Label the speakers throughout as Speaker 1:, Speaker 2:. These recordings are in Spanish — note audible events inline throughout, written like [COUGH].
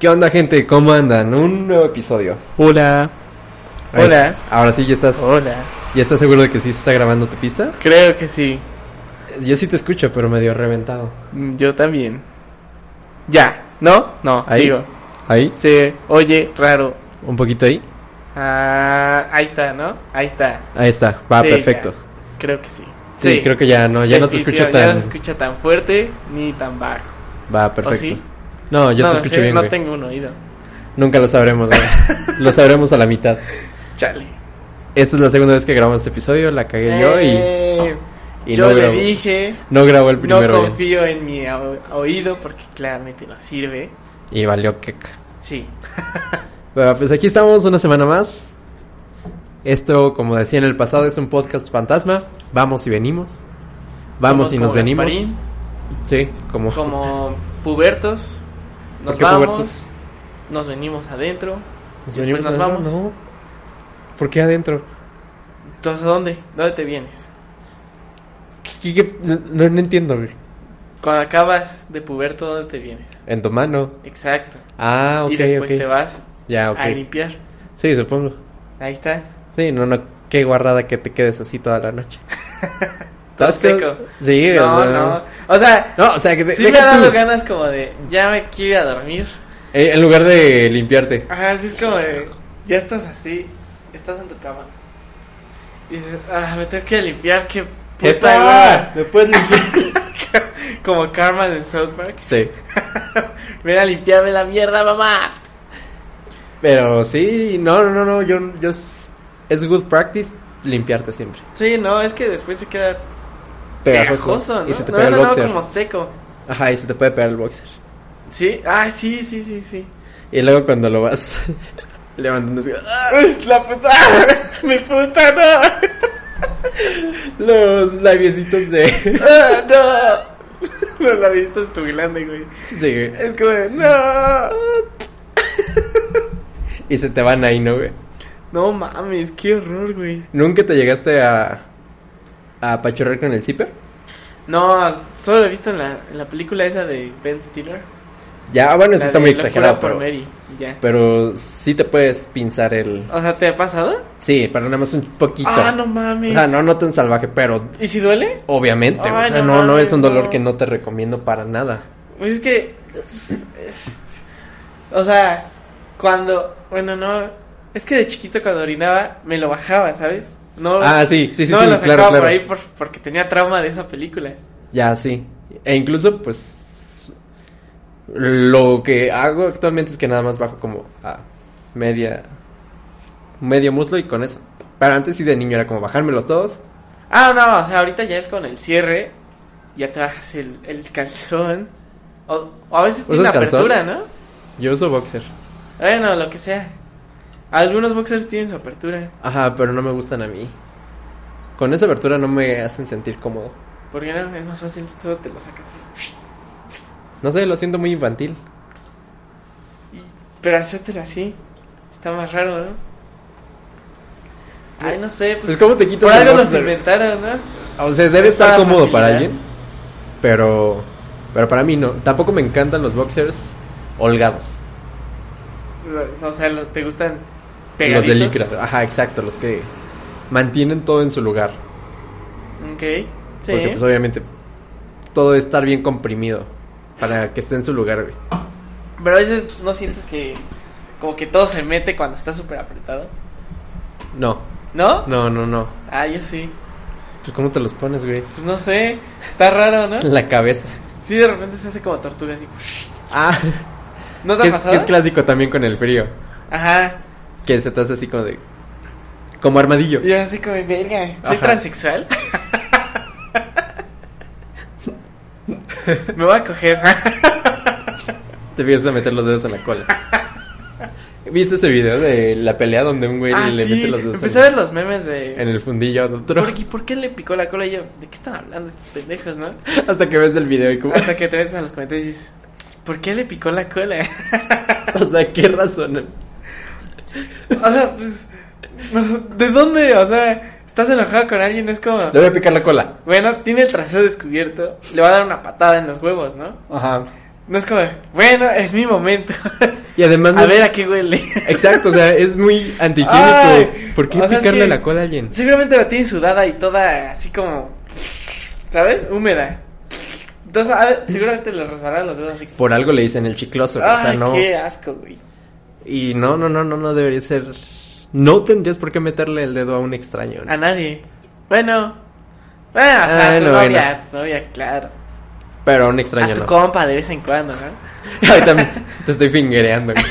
Speaker 1: ¿Qué onda, gente? ¿Cómo andan? Un nuevo episodio.
Speaker 2: Hola,
Speaker 1: Ahí
Speaker 2: Hola.
Speaker 1: está. Ahora sí, ya estás.
Speaker 2: hola.
Speaker 1: ¿Ya estás seguro de que sí se está grabando tu pista?
Speaker 2: Creo que sí.
Speaker 1: Yo sí te escucho, pero medio reventado.
Speaker 2: Mm, Yo también. Ya, ¿no? No,
Speaker 1: Ahí.
Speaker 2: sigo.
Speaker 1: ¿Ahí?
Speaker 2: Se oye raro.
Speaker 1: ¿Un poquito ahí?
Speaker 2: Ah, ahí está, ¿no? Ahí está.
Speaker 1: Ahí está. Va,
Speaker 2: Sí,
Speaker 1: perfecto.
Speaker 2: ya. Creo que sí.
Speaker 1: Sí, creo que ya no, ya no te
Speaker 2: Definitivo,
Speaker 1: escucho
Speaker 2: Ya no
Speaker 1: tan.
Speaker 2: se escucha tan fuerte ni tan bajo.
Speaker 1: Va,
Speaker 2: ¿O
Speaker 1: perfecto.
Speaker 2: sí?
Speaker 1: No, yo
Speaker 2: no,
Speaker 1: te escucho
Speaker 2: sí,
Speaker 1: bien,
Speaker 2: No
Speaker 1: güey.
Speaker 2: tengo un oído.
Speaker 1: Nunca lo sabremos, güey.
Speaker 2: [LAUGHS]
Speaker 1: lo sabremos a la mitad.
Speaker 2: Chale.
Speaker 1: Esta es la segunda vez que grabamos este episodio, la cagué yo y,
Speaker 2: Eh,
Speaker 1: y
Speaker 2: yo
Speaker 1: no
Speaker 2: le
Speaker 1: grabó.
Speaker 2: dije...
Speaker 1: no grabó el
Speaker 2: No
Speaker 1: primero bien.
Speaker 2: confío en mi o- oído porque claramente no sirve.
Speaker 1: Y valió queca.
Speaker 2: Sí.
Speaker 1: Bueno, pues aquí estamos una semana más. Esto, como decía en el pasado, es un podcast fantasma. Vamos y venimos. Vamos
Speaker 2: Somos
Speaker 1: y
Speaker 2: como
Speaker 1: nos venimos.
Speaker 2: Gasparín.
Speaker 1: Sí, como,
Speaker 2: como pubertos,
Speaker 1: ¿Por
Speaker 2: nos
Speaker 1: qué
Speaker 2: vamos,
Speaker 1: pubertos?
Speaker 2: nos venimos adentro,
Speaker 1: nos
Speaker 2: y después
Speaker 1: venimos
Speaker 2: nos
Speaker 1: adentro,
Speaker 2: vamos.
Speaker 1: ¿no? ¿Por qué adentro?
Speaker 2: Entonces, ¿a dónde? ¿Dónde te vienes?
Speaker 1: ¿Qué- qué- qué? No, no entiendo, güey.
Speaker 2: Cuando acabas de puberto, ¿dónde te vienes?
Speaker 1: En tu mano.
Speaker 2: Exacto.
Speaker 1: Ah, ok,
Speaker 2: y después
Speaker 1: ok.
Speaker 2: te vas
Speaker 1: Ya,
Speaker 2: a
Speaker 1: ok.
Speaker 2: limpiar.
Speaker 1: Sí, supongo.
Speaker 2: Ahí está.
Speaker 1: Sí, no, no, qué guarrada que te quedes así toda la
Speaker 2: [LAUGHS]
Speaker 1: noche.
Speaker 2: Todo
Speaker 1: ¿Estás qued-
Speaker 2: seco.
Speaker 1: Sí, güey,
Speaker 2: no, no. O sea,
Speaker 1: No, o sea, que te-
Speaker 2: sí
Speaker 1: deja
Speaker 2: me ha dado
Speaker 1: tú.
Speaker 2: ganas como de, ya me quiero ir a dormir.
Speaker 1: Eh, En lugar de limpiarte.
Speaker 2: Ajá, así es como de, ya estás así, estás en tu cama. Y dices, ah, me tengo que limpiar, qué puta hueva".
Speaker 1: ¿Me puedes limpiar?
Speaker 2: Como Carmen en South Park.
Speaker 1: sí.
Speaker 2: Ven a limpiarme la mierda, mamá.
Speaker 1: Pero sí, no, no, no, no, yo, yo es, es good practice limpiarte siempre.
Speaker 2: Sí, no, es que después se queda
Speaker 1: Pegajoso.
Speaker 2: pegajoso, ¿no?
Speaker 1: Y se te
Speaker 2: no,
Speaker 1: pega
Speaker 2: no,
Speaker 1: el
Speaker 2: no,
Speaker 1: boxer.
Speaker 2: como seco.
Speaker 1: Ajá, y se te puede pegar el boxer.
Speaker 2: Sí, ah, sí, sí, sí, sí.
Speaker 1: Y luego cuando lo vas [LAUGHS] levantando así, ¡ah!
Speaker 2: Es
Speaker 1: [LAUGHS]
Speaker 2: la puta, mi puta, no.
Speaker 1: los labiecitos de... [LAUGHS]
Speaker 2: Ah, [LAUGHS] no. Los labios es tu glande, güey.
Speaker 1: sí, güey.
Speaker 2: Es como, de, no.
Speaker 1: Y se te van ahí, ¿no, güey?
Speaker 2: No mames, qué horror, güey.
Speaker 1: ¿Nunca te llegaste a... a apachurrar con el zipper?
Speaker 2: No, solo lo he visto en la, en la película esa de Ben Stiller.
Speaker 1: Ya, bueno, eso
Speaker 2: La
Speaker 1: está
Speaker 2: de
Speaker 1: muy
Speaker 2: Locura
Speaker 1: exagerado,
Speaker 2: por
Speaker 1: pero...
Speaker 2: Mary, y ya.
Speaker 1: Pero sí te puedes pinzar el...
Speaker 2: O sea, ¿te ha pasado?
Speaker 1: Sí, pero nada más un poquito.
Speaker 2: Ah, no
Speaker 1: O
Speaker 2: mames.
Speaker 1: sea, no, no tan salvaje, pero
Speaker 2: ¿Y si duele?
Speaker 1: Obviamente,
Speaker 2: Ay,
Speaker 1: o sea,
Speaker 2: no
Speaker 1: no, no
Speaker 2: mames,
Speaker 1: es un dolor
Speaker 2: no.
Speaker 1: que no te recomiendo para nada.
Speaker 2: Pues es que. es- es- o sea, cuando. Bueno, no. Es que de chiquito cuando orinaba me lo bajaba, ¿sabes? No,
Speaker 1: Ah, sí, sí, sí,
Speaker 2: no
Speaker 1: sí,
Speaker 2: me lo
Speaker 1: claro,
Speaker 2: sacaba
Speaker 1: claro.
Speaker 2: por ahí por- porque tenía trauma de esa película.
Speaker 1: Ya, sí. E incluso, pues, lo que hago actualmente es que nada más bajo como a media, medio muslo y con eso. Pero antes sí de niño era como bajármelos todos.
Speaker 2: Ah, no, o sea, ahorita ya es con el cierre. Ya te bajas el, el calzón. O, o a veces tiene
Speaker 1: ¿Usas calzón?
Speaker 2: apertura, ¿no?
Speaker 1: Yo uso boxer.
Speaker 2: Bueno, lo que sea. Algunos boxers tienen su apertura.
Speaker 1: Ajá, pero no me gustan a mí. Con esa abertura no me hacen sentir cómodo.
Speaker 2: ¿Por qué no? Es más fácil, solo te lo sacas así.
Speaker 1: No sé, lo siento muy infantil.
Speaker 2: Pero hacértelo así está más raro, ¿no? Ay, no sé, pues,
Speaker 1: Pues, ¿cómo te quitas
Speaker 2: por
Speaker 1: el
Speaker 2: algo los
Speaker 1: boxer?
Speaker 2: inventaron, ¿no?
Speaker 1: O sea, debe
Speaker 2: Es
Speaker 1: estar ¿eh?
Speaker 2: para
Speaker 1: cómodo para
Speaker 2: facilitar.
Speaker 1: alguien. Pero. Pero para mí no. Tampoco me encantan los boxers holgados.
Speaker 2: O sea, lo- te gustan
Speaker 1: Los
Speaker 2: pegaditos.
Speaker 1: de licra. Ajá, exacto. Los que mantienen todo en su lugar.
Speaker 2: Ok, sí.
Speaker 1: Porque, pues, obviamente, todo debe estar bien comprimido. Para que esté en su lugar, güey.
Speaker 2: Pero a veces no sientes que como que todo se mete cuando está súper apretado.
Speaker 1: No,
Speaker 2: ¿No?
Speaker 1: no, no, no.
Speaker 2: Ah, yo sí.
Speaker 1: Pues, ¿cómo te los pones, güey? [LAUGHS]
Speaker 2: Pues no sé, está raro, ¿no?
Speaker 1: La cabeza.
Speaker 2: Sí, de repente se hace como tortuga así.
Speaker 1: Ah,
Speaker 2: ¿No te
Speaker 1: que
Speaker 2: ha
Speaker 1: es,
Speaker 2: pasado?
Speaker 1: que es clásico también con el frío.
Speaker 2: Ajá.
Speaker 1: Que se te hace así como de. Como armadillo.
Speaker 2: Y yo así como, verga, ¿soy
Speaker 1: Ajá.
Speaker 2: transexual? [LAUGHS] Me voy a coger.
Speaker 1: Te fijas a meter los dedos en la cola. [LAUGHS] ¿Viste ese video de la pelea donde un güey
Speaker 2: Ah,
Speaker 1: le
Speaker 2: sí,
Speaker 1: mete los dedos
Speaker 2: empecé a ver
Speaker 1: en,
Speaker 2: los memes de...
Speaker 1: en el fundillo a otro?
Speaker 2: ¿Por, qué, ¿Por qué le picó la cola? Y yo, ¿de qué están hablando estos pendejos, no?
Speaker 1: [LAUGHS] Hasta que ves el video y como,
Speaker 2: Hasta que te metes a los comentarios y dices, ¿por qué le picó la cola?
Speaker 1: [LAUGHS]
Speaker 2: [LAUGHS]
Speaker 1: o sea, ¿qué razón?
Speaker 2: o sea, pues, no, ¿de dónde? O sea, estás enojado con alguien, es como...
Speaker 1: Le voy a picar la cola.
Speaker 2: Bueno, tiene el trasero descubierto, le va a dar una patada en los huevos, ¿no?
Speaker 1: Ajá.
Speaker 2: No es como, de, bueno, es mi momento. [LAUGHS]
Speaker 1: Y además no
Speaker 2: a
Speaker 1: es-
Speaker 2: ver a qué huele.
Speaker 1: Exacto, o sea, es muy
Speaker 2: Ay,
Speaker 1: antihigiénico. ¿Por qué
Speaker 2: o sea, es
Speaker 1: picarle
Speaker 2: que-
Speaker 1: la cola a alguien?
Speaker 2: Seguramente la tiene sudada y toda así como, ¿sabes? Húmeda. Entonces, a ver, seguramente le resbalaron los dedos así.
Speaker 1: Por algo le dicen el chicloso, o sea,
Speaker 2: Ay,
Speaker 1: no.
Speaker 2: qué asco, güey.
Speaker 1: Y no, no, no, no, no debería ser. No tendrías por qué meterle el dedo a un extraño. ¿no?
Speaker 2: A nadie. Bueno. Ah, o sea, a tu
Speaker 1: Bueno,
Speaker 2: novia,
Speaker 1: bueno.
Speaker 2: a tu novia, claro.
Speaker 1: Pero a un
Speaker 2: A
Speaker 1: extraño
Speaker 2: tu
Speaker 1: no.
Speaker 2: compa de vez en cuando, ¿no?
Speaker 1: [LAUGHS] Ay, también, te estoy fingereando.
Speaker 2: [LAUGHS]
Speaker 1: güey.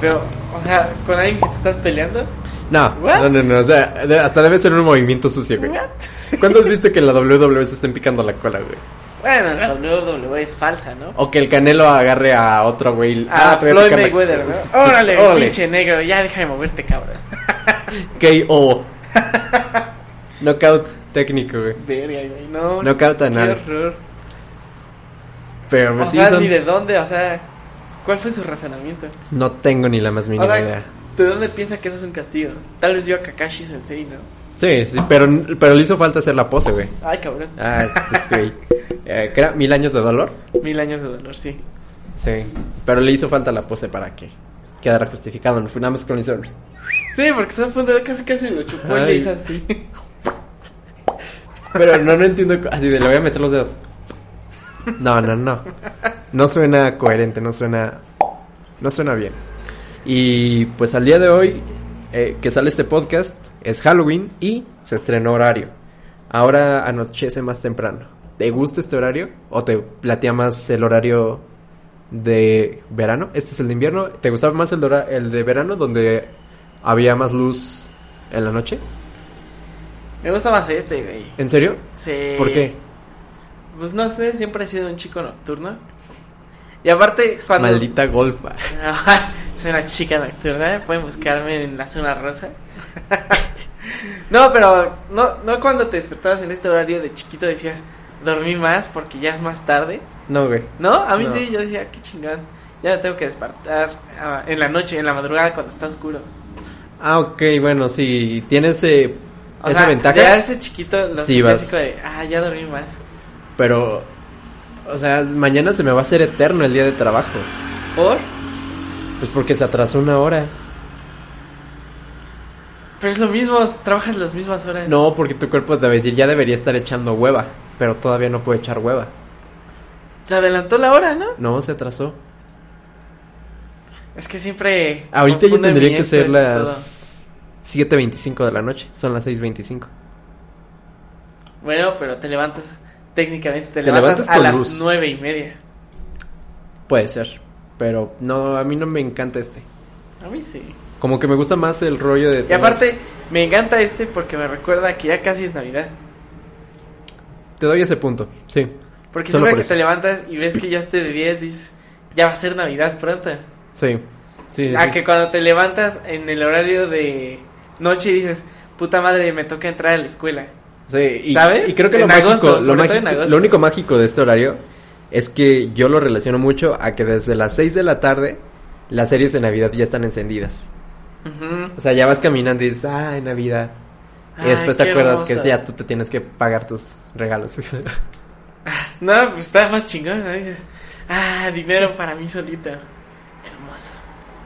Speaker 2: Pero, o sea, con alguien que te estás peleando.
Speaker 1: No,
Speaker 2: What?
Speaker 1: no, no, no, o sea, de- hasta debe ser un movimiento sucio, güey.
Speaker 2: What?
Speaker 1: ¿Cuándo has visto que en la WWE se estén picando la cola, güey?
Speaker 2: Bueno, la WWE es falsa, ¿no?
Speaker 1: O que el Canelo agarre a otro güey.
Speaker 2: Ah,
Speaker 1: te voy a
Speaker 2: Floyd
Speaker 1: picar la-
Speaker 2: Mayweather, ¿no?
Speaker 1: [LAUGHS]
Speaker 2: Órale,
Speaker 1: Órale.
Speaker 2: pinche negro, ya deja de moverte, cabrón.
Speaker 1: KO.
Speaker 2: [LAUGHS]
Speaker 1: Knockout técnico, güey.
Speaker 2: Verga, güey, no.
Speaker 1: Knockout
Speaker 2: qué
Speaker 1: anal.
Speaker 2: horror.
Speaker 1: Pero
Speaker 2: O
Speaker 1: pues, sí
Speaker 2: sea,
Speaker 1: son-
Speaker 2: ni de dónde, o sea, ¿cuál fue su razonamiento?
Speaker 1: No tengo ni la más
Speaker 2: O
Speaker 1: mínima
Speaker 2: sea,
Speaker 1: idea.
Speaker 2: ¿de dónde piensa que eso es un castigo? Tal vez yo a Kakashi Sensei, ¿no?
Speaker 1: Sí, sí, pero, pero le hizo falta hacer la pose, güey.
Speaker 2: Ay, cabrón.
Speaker 1: Ah, este este
Speaker 2: [LAUGHS]
Speaker 1: güey. Eh, ¿qué era? ¿Mil años de dolor?
Speaker 2: Mil años de dolor, sí.
Speaker 1: Sí. Pero le hizo falta la pose para que quedara justificado. No fue nada más con hizo.
Speaker 2: Sí, porque se fundador casi casi lo chupó y le
Speaker 1: Ay.
Speaker 2: hizo así. [LAUGHS]
Speaker 1: Pero no, no entiendo. cu- Así de, le voy a meter los dedos. No, no, no. No suena coherente, no suena. No suena bien. Y pues al día de hoy eh, que sale este podcast es Halloween y se estrenó horario. Ahora anochece más temprano. ¿Te gusta este horario? ¿O te platea más el horario de verano? Este es el de invierno. ¿Te gustaba más el, de hora- el de verano donde había más luz en la noche?
Speaker 2: Me gusta más este, güey.
Speaker 1: ¿En serio?
Speaker 2: Sí.
Speaker 1: ¿Por qué?
Speaker 2: Pues no sé, siempre he sido un chico nocturno. Y aparte, cuando.
Speaker 1: Maldita golfa.
Speaker 2: [LAUGHS] Soy una chica nocturna, pueden buscarme en la zona rosa. [LAUGHS] no, pero no, no cuando te despertabas en este horario de chiquito decías dormí más porque ya es más tarde.
Speaker 1: No, güey.
Speaker 2: ¿No? A mí
Speaker 1: No.
Speaker 2: sí, yo decía, qué chingón. Ya me tengo que despertar ah, en la noche, en la madrugada cuando está oscuro.
Speaker 1: Ah, ok, bueno, sí. Tiene ese,
Speaker 2: O
Speaker 1: esa
Speaker 2: sea,
Speaker 1: ventaja.
Speaker 2: Ya ese chiquito lo
Speaker 1: Sí,
Speaker 2: sí,
Speaker 1: vas-
Speaker 2: de, ah, ya dormí más.
Speaker 1: Pero, o sea, mañana se me va a hacer eterno el día de trabajo.
Speaker 2: ¿Por?
Speaker 1: Pues porque se atrasó una hora.
Speaker 2: Pero es lo mismo, trabajas las mismas horas.
Speaker 1: No, porque tu cuerpo te va a decir, ya debería estar echando hueva. Pero todavía no puede echar hueva.
Speaker 2: Se adelantó la hora, ¿no?
Speaker 1: No, se atrasó.
Speaker 2: Es que siempre.
Speaker 1: Ahorita ya
Speaker 2: confunden
Speaker 1: tendría
Speaker 2: mi
Speaker 1: que
Speaker 2: esto,
Speaker 1: ser
Speaker 2: esto,
Speaker 1: las 7.25 de la noche. Son las 6.25.
Speaker 2: todo. Bueno, pero te levantas. Técnicamente, te,
Speaker 1: Te
Speaker 2: levantas,
Speaker 1: levantas
Speaker 2: a
Speaker 1: con
Speaker 2: las
Speaker 1: luz.
Speaker 2: nueve y media.
Speaker 1: Puede ser. Pero no, a mí no me encanta este.
Speaker 2: A mí sí.
Speaker 1: Como que me gusta más el rollo de...
Speaker 2: Y aparte, me encanta este porque me recuerda que ya casi es Navidad.
Speaker 1: Te doy ese punto, sí.
Speaker 2: Porque
Speaker 1: Solo
Speaker 2: siempre
Speaker 1: por
Speaker 2: que
Speaker 1: eso.
Speaker 2: te levantas y ves que ya es de 10, dices, ya va a ser Navidad pronto.
Speaker 1: Sí. Sí, sí,
Speaker 2: A
Speaker 1: sí.
Speaker 2: que cuando te levantas en el horario de noche y dices, puta madre, me toca entrar a la escuela.
Speaker 1: Sí, y,
Speaker 2: ¿Sabes?
Speaker 1: y creo que lo
Speaker 2: En
Speaker 1: mágico,
Speaker 2: agosto,
Speaker 1: lo,
Speaker 2: sobre todo
Speaker 1: mágico-
Speaker 2: en agosto.
Speaker 1: lo único mágico de este horario es que yo lo relaciono mucho a que desde las 6 de la tarde las series de Navidad ya están encendidas.
Speaker 2: Ujú.
Speaker 1: O sea, ya vas caminando y dices, ay, Navidad. Y
Speaker 2: Ay,
Speaker 1: después te
Speaker 2: qué
Speaker 1: acuerdas
Speaker 2: hermoso.
Speaker 1: que ya tú te tienes que pagar tus regalos. [LAUGHS]
Speaker 2: No, pues está más chingón, ¿no? Dices, ah, dinero para mí solito. Hermoso.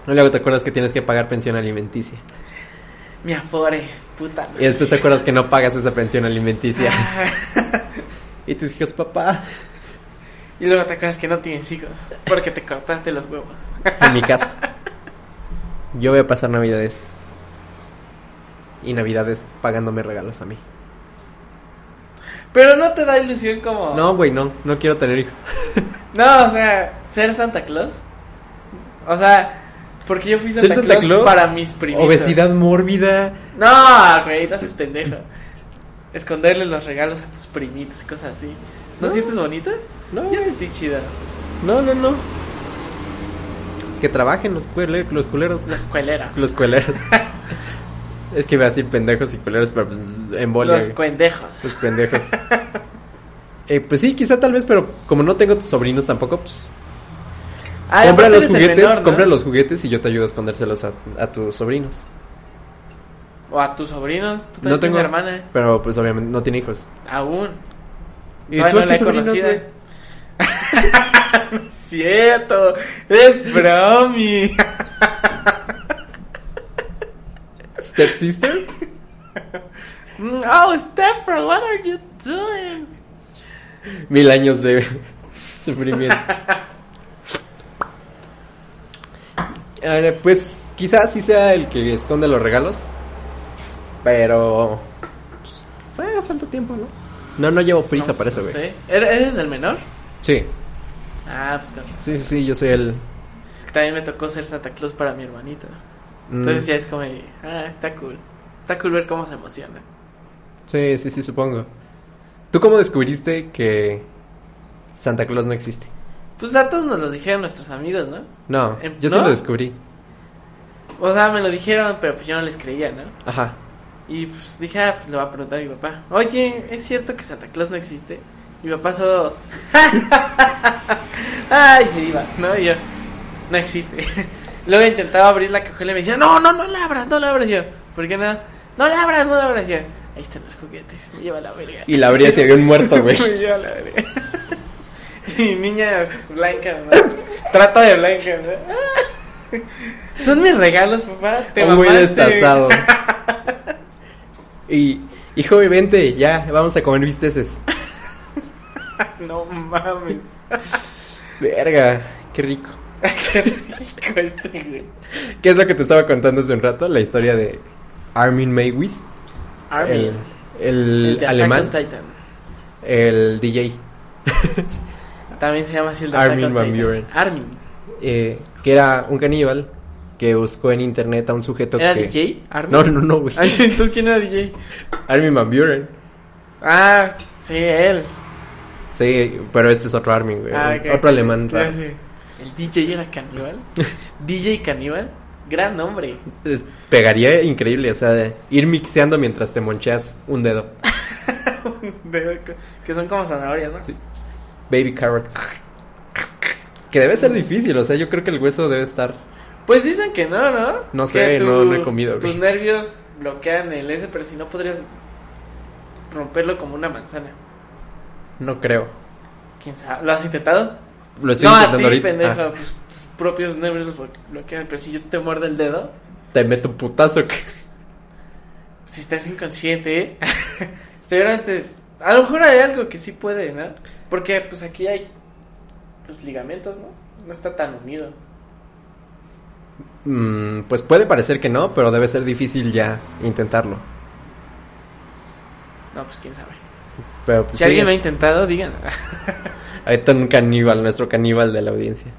Speaker 1: Y luego te acuerdas que tienes que pagar pensión alimenticia.
Speaker 2: Mi afore, puta. madre.
Speaker 1: Y después te acuerdas que no pagas esa pensión alimenticia.
Speaker 2: [LAUGHS] Ah,
Speaker 1: Y tus hijos, papá,
Speaker 2: y luego te acuerdas que no tienes hijos porque te cortaste los huevos.
Speaker 1: en mi casa. Yo voy a pasar Navidades. Y Navidades pagándome regalos a mí.
Speaker 2: Pero no te da ilusión como...
Speaker 1: No, güey, no, no quiero tener hijos.
Speaker 2: No, o sea, ser Santa Claus. O sea, porque yo fui
Speaker 1: ¿Ser
Speaker 2: Santa,
Speaker 1: Santa
Speaker 2: Claus,
Speaker 1: Claus?
Speaker 2: para mis primitos.
Speaker 1: Obesidad mórbida.
Speaker 2: No, güey, no seas pendejo. Esconderle los regalos a tus primitos y cosas así. ¿No,
Speaker 1: No.
Speaker 2: sientes bonito?
Speaker 1: No,
Speaker 2: Yo
Speaker 1: güey.
Speaker 2: sentí chido.
Speaker 1: no, no, no. Que trabajen los, cuele- los culeros.
Speaker 2: Los cueleras.
Speaker 1: Los cueleros.
Speaker 2: [LAUGHS]
Speaker 1: es que iba a decir pendejos y culeros, pero pues en bola.
Speaker 2: Los
Speaker 1: güey.
Speaker 2: cuendejos.
Speaker 1: Los pendejos. [LAUGHS] Eh, pues sí, quizá tal vez, pero como no tengo sobrinos tampoco, pues
Speaker 2: Ah,
Speaker 1: compra
Speaker 2: aparte
Speaker 1: los
Speaker 2: eres el
Speaker 1: juguetes,
Speaker 2: menor, ¿no?
Speaker 1: compra los juguetes y yo te ayudo a escondérselos a, a tus sobrinos.
Speaker 2: O a tus sobrinos. Tú también
Speaker 1: No tengo
Speaker 2: tienes hermana.
Speaker 1: Pero pues obviamente no tiene hijos.
Speaker 2: Aún.
Speaker 1: ¿Y
Speaker 2: Todavía
Speaker 1: tú a
Speaker 2: no la
Speaker 1: qué
Speaker 2: he
Speaker 1: sobrinos,
Speaker 2: [LAUGHS] conocido.
Speaker 1: güey?
Speaker 2: Cierto, es bromi.
Speaker 1: ¿Stepsister?
Speaker 2: Oh, Stepper, what are you doing?
Speaker 1: Mil años de [LAUGHS] sufrimiento. Eh, pues quizás sí sea el que esconde los regalos. Pero. Pues, bueno, falta tiempo, ¿no? No, no llevo prisa
Speaker 2: No,
Speaker 1: para eso,
Speaker 2: no
Speaker 1: güey.
Speaker 2: sé. ¿Eres eres el menor?
Speaker 1: Sí.
Speaker 2: Ah, pues claro.
Speaker 1: sí, sí, sí, yo soy el.
Speaker 2: Es que también me tocó ser Santa Claus para mi hermanito.
Speaker 1: mm,
Speaker 2: Entonces ya es como, de, ah, está cool. Está cool ver cómo se emociona.
Speaker 1: Sí, sí, sí, supongo. ¿Tú cómo descubriste que Santa Claus no existe?
Speaker 2: Pues a todos nos los dijeron nuestros amigos, ¿no?
Speaker 1: No,
Speaker 2: Em,
Speaker 1: yo sí
Speaker 2: ¿no?
Speaker 1: lo descubrí.
Speaker 2: O sea, me lo dijeron, pero pues yo no les creía, ¿no?
Speaker 1: Ajá.
Speaker 2: Y pues dije, ah, pues le voy a preguntar a mi papá. Oye, ¿es cierto que Santa Claus no existe? Y mi papá solo... [LAUGHS] Ay, se iba, ¿no? Y yo, no existe. [LAUGHS] Luego intentaba abrir la cajuela y me decía, no, no, no la abras, no la abras. Y yo, ¿por qué no? No la abras, no la abras. Y yo, ahí están los juguetes, me lleva la verga.
Speaker 1: Y la abría si había un
Speaker 2: [LAUGHS]
Speaker 1: muerto, güey.
Speaker 2: Me lleva la verga. [LAUGHS] Y niñas blancas, ¿no? Trata de blancas, ¿no? [LAUGHS] Son mis regalos, papá. Te
Speaker 1: Un güey
Speaker 2: mamaste. [LAUGHS]
Speaker 1: destazado. y, hijo, vente, ya, vamos a comer bisteces.
Speaker 2: No mames.
Speaker 1: Verga, qué rico.
Speaker 2: Qué rico [LAUGHS] este, güey.
Speaker 1: ¿Qué es lo que te estaba contando hace un rato? La historia de Armin Meiwis, el, el
Speaker 2: de Attack
Speaker 1: alemán,
Speaker 2: on Titan.
Speaker 1: el DJ,
Speaker 2: También se llama así el de
Speaker 1: Armin
Speaker 2: Attack on
Speaker 1: van
Speaker 2: Titan.
Speaker 1: Buren.
Speaker 2: Armin.
Speaker 1: eh, que era un caníbal que buscó en internet a un sujeto
Speaker 2: ¿Era
Speaker 1: que...
Speaker 2: DJ? Armin. [LAUGHS]
Speaker 1: No, no, no, güey.
Speaker 2: Ay, entonces ¿quién era DJ?
Speaker 1: Armin Van Buren.
Speaker 2: Ah, sí, él.
Speaker 1: Sí, pero este es otro Armin, güey.
Speaker 2: Ah,
Speaker 1: un-
Speaker 2: ok.
Speaker 1: Otro alemán
Speaker 2: Ya
Speaker 1: raro.
Speaker 2: sé. El DJ
Speaker 1: [LAUGHS]
Speaker 2: era caníbal. DJ caníbal. Gran nombre. [LAUGHS]
Speaker 1: Eh, Pegaría increíble, o sea, de ir mixeando mientras te moncheas un dedo.
Speaker 2: De- que son como zanahorias, ¿no?
Speaker 1: Sí. Baby carrots. Que debe ser difícil, o sea, yo creo que el hueso debe estar.
Speaker 2: Pues dicen que no, ¿no?
Speaker 1: No
Speaker 2: Que
Speaker 1: sé, no- no he comido,
Speaker 2: Tus
Speaker 1: güey.
Speaker 2: nervios bloquean el S, pero si no podrías romperlo como una manzana.
Speaker 1: No creo.
Speaker 2: ¿Quién sabe? ¿Lo has intentado?
Speaker 1: Lo estoy
Speaker 2: no, a ti,
Speaker 1: intentando ahorita.
Speaker 2: pendejo,
Speaker 1: Ah,
Speaker 2: pues, tus propios nervios lo bloquean, pero si yo te muerdo el dedo,
Speaker 1: te meto un putazo. que-
Speaker 2: si estás inconsciente, ¿eh? [LAUGHS] seguramente, a lo mejor hay algo que sí puede, ¿no? Porque pues aquí hay los ligamentos, ¿no? No está tan unido.
Speaker 1: Mm, pues puede parecer que no, pero debe ser difícil ya intentarlo.
Speaker 2: No, pues quién sabe.
Speaker 1: Pero pues, sí,
Speaker 2: Si alguien lo ha
Speaker 1: es-
Speaker 2: intentado, digan. [LAUGHS]
Speaker 1: ahorita un caníbal, nuestro caníbal de la audiencia.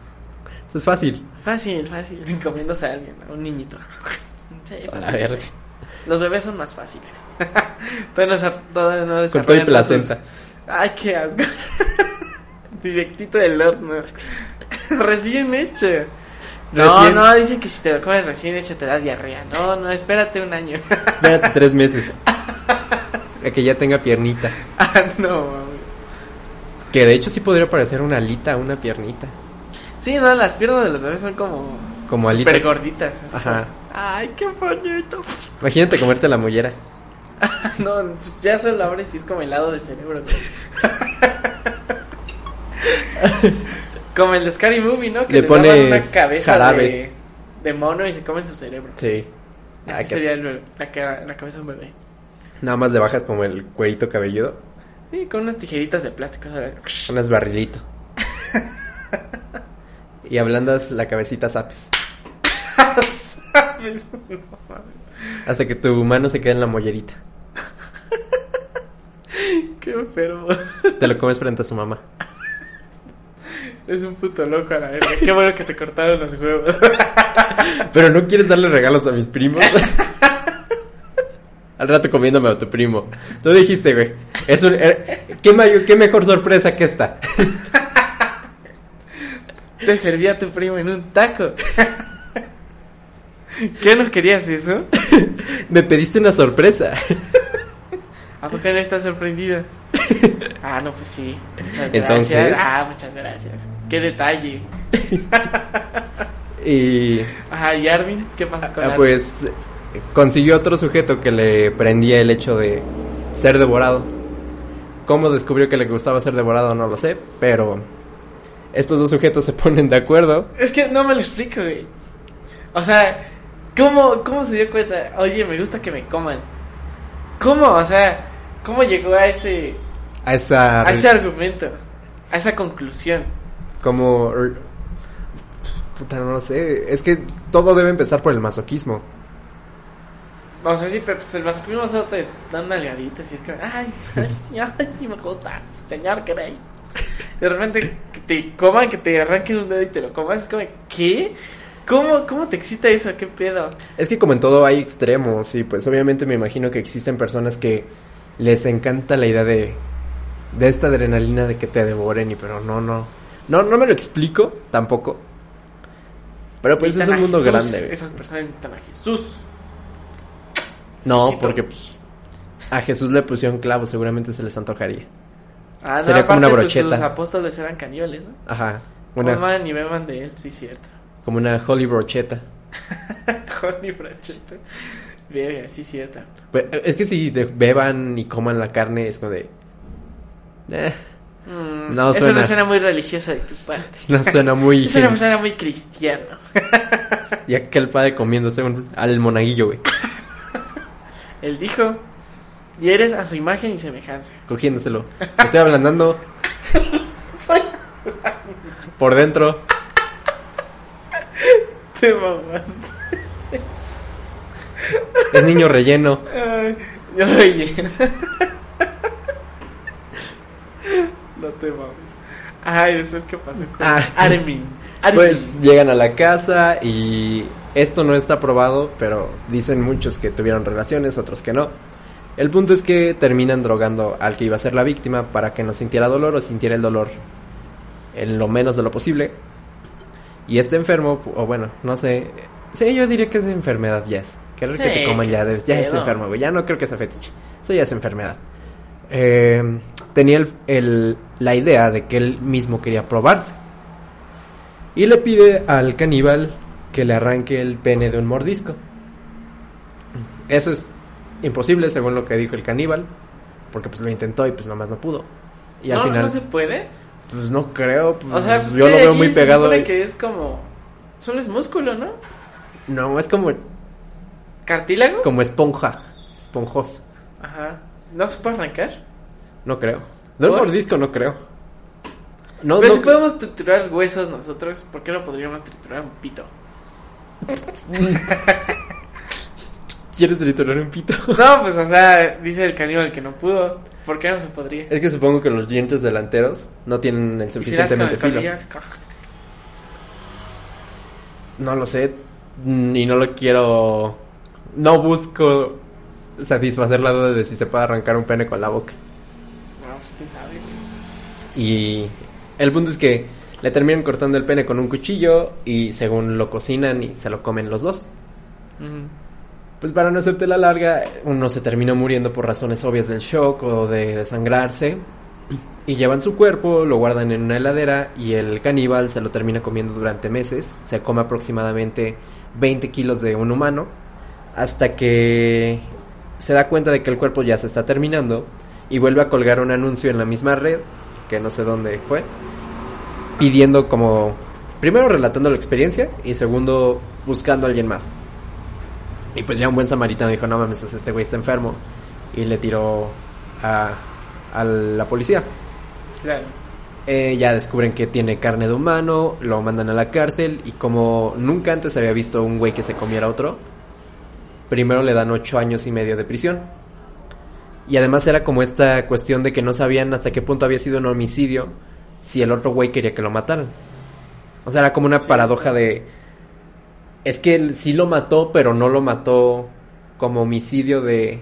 Speaker 1: Eso es fácil.
Speaker 2: fácil, fácil, encomiéndose a alguien, a un niñito. [LAUGHS] Sí,
Speaker 1: A la
Speaker 2: fácil,
Speaker 1: verga.
Speaker 2: sí. Los bebés son más fáciles. [LAUGHS] todavía no, desa-
Speaker 1: Con
Speaker 2: todavía no
Speaker 1: todo y
Speaker 2: desarrollan
Speaker 1: placenta.
Speaker 2: sus- Ay, qué asco. [LAUGHS] Directito del horno. recién hecho. No,
Speaker 1: Recién-
Speaker 2: no, dicen que si te lo comes recién hecho te da diarrea. No, no, espérate
Speaker 1: [LAUGHS]
Speaker 2: un año.
Speaker 1: Espérate tres
Speaker 2: [LAUGHS]
Speaker 1: meses. A que ya tenga piernita.
Speaker 2: ah, no, mami.
Speaker 1: Que de hecho sí podría parecer una alita, una piernita.
Speaker 2: Sí, no, las piernas de los bebés son como.
Speaker 1: Como alitas.
Speaker 2: Super gorditas. así
Speaker 1: Ajá.
Speaker 2: como- Ay, qué bonito. [LAUGHS]
Speaker 1: Imagínate comerte la mollera.
Speaker 2: No, pues ya solo abres y es como helado de cerebro.
Speaker 1: [LAUGHS]
Speaker 2: güey. como el de Scary Movie, ¿no? Que
Speaker 1: Le
Speaker 2: le, daban
Speaker 1: pones
Speaker 2: una cabeza
Speaker 1: jarabe.
Speaker 2: De, de mono y se comen su cerebro.
Speaker 1: Sí.
Speaker 2: Así sería el bebé, la, cara- la cabeza de un bebé.
Speaker 1: Nada más le bajas como el cuerito cabelludo.
Speaker 2: Y con unas tijeritas de plástico. o sea,
Speaker 1: [LAUGHS] Unas barrilito. y ablandas la cabecita zapes.
Speaker 2: ¿sabes? No mames,
Speaker 1: Hasta que tu mano se quede en la mollerita.
Speaker 2: Qué enfermo.
Speaker 1: Te lo comes frente a su mamá.
Speaker 2: Es un puto loco a la verga. Qué bueno que te cortaron los huevos.
Speaker 1: Pero no quieres darle regalos a mis primos. Al rato comiéndome a tu primo. Tú dijiste, güey. Es un, er- ¿qué, mayor, ¿Qué mejor sorpresa que esta?
Speaker 2: Te servía tu primo en un taco. ¿Qué no querías eso?
Speaker 1: Me pediste una sorpresa.
Speaker 2: ¿A poco no estás sorprendida? ah, no, pues sí. Muchas
Speaker 1: Entonces-
Speaker 2: gracias. Ah, muchas gracias. Qué detalle.
Speaker 1: Y
Speaker 2: Ajá, y Armin, ¿qué pasa con
Speaker 1: ah,
Speaker 2: Armin?
Speaker 1: pues consiguió otro sujeto que le prendía el hecho de ser devorado. ¿Cómo descubrió que le gustaba ser devorado? No lo sé, pero estos dos sujetos se [LAUGHS] ponen de acuerdo.
Speaker 2: Es que no me lo explico, güey. O sea, ¿cómo, ¿cómo se dio cuenta? Oye, me gusta que me coman. ¿Cómo? O sea, ¿cómo llegó a ese,
Speaker 1: A esa.
Speaker 2: a ese argumento? A esa conclusión.
Speaker 1: Como. r- Puta, no lo sé. Es que todo debe empezar por el masoquismo.
Speaker 2: Vamos a decir, pero pues el masculino solo te dan nalgaditas y es que, ay, ay, sí, ay, sí me gusta, señor Grey. De repente que te coman, que te arranquen un dedo y te lo comas, es como, ¿qué? ¿Cómo, cómo te excita eso? ¿Qué pedo?
Speaker 1: Es que como en todo hay extremos y pues obviamente me imagino que existen personas que les encanta la idea de de esta adrenalina de que te devoren y pero no no no no me lo explico tampoco. Pero pues es
Speaker 2: Invitan
Speaker 1: un
Speaker 2: a
Speaker 1: mundo
Speaker 2: Jesús,
Speaker 1: grande. güey.
Speaker 2: Esas personas invitan a Jesús.
Speaker 1: No,
Speaker 2: Jesucito.
Speaker 1: porque pues, a Jesús le pusieron clavo, seguramente se les antojaría.
Speaker 2: Ah, no,
Speaker 1: Sería como una
Speaker 2: aparte, pues,
Speaker 1: brocheta.
Speaker 2: sus apóstoles eran cañoles, ¿no?
Speaker 1: Ajá,
Speaker 2: Una...
Speaker 1: una
Speaker 2: y beban de él, sí, cierto. [LAUGHS]
Speaker 1: como una holy brocheta.
Speaker 2: Johnny brocheta. Verga, sí, cierto.
Speaker 1: Pe- Pues, Es que si de- beban y coman la carne es como de eh, [LAUGHS]
Speaker 2: Mm,
Speaker 1: No
Speaker 2: Eso
Speaker 1: suena.
Speaker 2: no suena muy religioso de tu
Speaker 1: [LAUGHS]
Speaker 2: parte.
Speaker 1: no suena
Speaker 2: [LAUGHS]
Speaker 1: muy
Speaker 2: Eso no
Speaker 1: higiénico.
Speaker 2: suena muy cristiano.
Speaker 1: Y aquel padre comiéndose un- al monaguillo, güey.
Speaker 2: Él dijo, y eres a su imagen y semejanza. [LAUGHS]
Speaker 1: Cogiéndoselo. Lo estoy ablandando. Por dentro.
Speaker 2: Te mamas.
Speaker 1: Es niño relleno.
Speaker 2: Ay, Yo soy bien. [LAUGHS] No te mames. Ay, después qué pasó con
Speaker 1: Ah.
Speaker 2: Armin. Armin.
Speaker 1: Pues llegan a la casa y esto no está probado, pero dicen muchos que tuvieron relaciones, otros que no. El punto es que terminan drogando al que iba a ser la víctima para que no sintiera dolor o sintiera el dolor en lo menos de lo posible. Y este enfermo, o bueno, no sé. Sí, yo diría que es enfermedad, ya es. Querer que
Speaker 2: Sí,
Speaker 1: te coman ya, de- ya es
Speaker 2: pedo.
Speaker 1: enfermo, güey. Ya no creo que sea fetiche. Eso ya es enfermedad. Eh, tenía el- el- la idea de que él mismo quería probarse. Y le pide al caníbal que le arranque el pene de un mordisco. Eso es imposible, según lo que dijo el caníbal. Porque pues lo intentó y pues nomás no pudo. Y al
Speaker 2: no,
Speaker 1: final,
Speaker 2: no se puede.
Speaker 1: pues no creo. pues,
Speaker 2: O sea, pues,
Speaker 1: yo
Speaker 2: ¿qué
Speaker 1: lo
Speaker 2: de
Speaker 1: veo
Speaker 2: aquí
Speaker 1: muy
Speaker 2: se
Speaker 1: pegado.
Speaker 2: supone
Speaker 1: ahí.
Speaker 2: que es como. Solo es músculo, ¿no?
Speaker 1: No, es como,
Speaker 2: ¿Cartílago?
Speaker 1: como esponja. Esponjoso.
Speaker 2: Ajá. ¿No se puede arrancar?
Speaker 1: No creo. De un
Speaker 2: ¿Por?
Speaker 1: mordisco no creo. No,
Speaker 2: Pero
Speaker 1: no
Speaker 2: si
Speaker 1: cre-
Speaker 2: podemos triturar huesos nosotros, ¿por qué no podríamos triturar un pito? [LAUGHS]
Speaker 1: ¿Quieres triturar un pito?
Speaker 2: No, pues o sea, dice el caníbal que no pudo. ¿Por qué no se podría?
Speaker 1: [LAUGHS] es que supongo que los dientes delanteros no tienen el
Speaker 2: Y si das con
Speaker 1: suficientemente
Speaker 2: el
Speaker 1: filo.
Speaker 2: colmillo, ¡caj!
Speaker 1: No lo sé. mm, Y no lo quiero. No busco satisfacer la duda de si se puede arrancar un pene con la boca.
Speaker 2: No, pues quién sabe. güey.
Speaker 1: Y el punto es que le terminan cortando el pene con un cuchillo y según lo cocinan y se lo comen los dos.
Speaker 2: Ujú.
Speaker 1: Pues para no hacerte la larga, uno se terminó muriendo por razones obvias del shock o de desangrarse. Y llevan su cuerpo, lo guardan en una heladera y el caníbal se lo termina comiendo durante meses. Se come aproximadamente 20 kilos de un humano hasta que se da cuenta de que el cuerpo ya se está terminando y vuelve a colgar un anuncio en la misma red, que no sé dónde fue, pidiendo como, primero relatando la experiencia y segundo buscando a alguien más. Y pues ya un buen samaritano dijo, no mames, o sea, este güey está enfermo. Y le tiró a, a la policía.
Speaker 2: Claro.
Speaker 1: Eh, ya descubren que tiene carne de humano, lo mandan a la cárcel y como nunca antes había visto un güey que se comiera a otro, primero le dan ocho años y medio de prisión. Y además era como esta cuestión de que no sabían hasta qué punto había sido un homicidio si el otro güey quería que lo mataran. O sea, era como una
Speaker 2: Sí,
Speaker 1: paradoja
Speaker 2: claro.
Speaker 1: de... Es que él sí lo mató, pero no lo mató como homicidio de...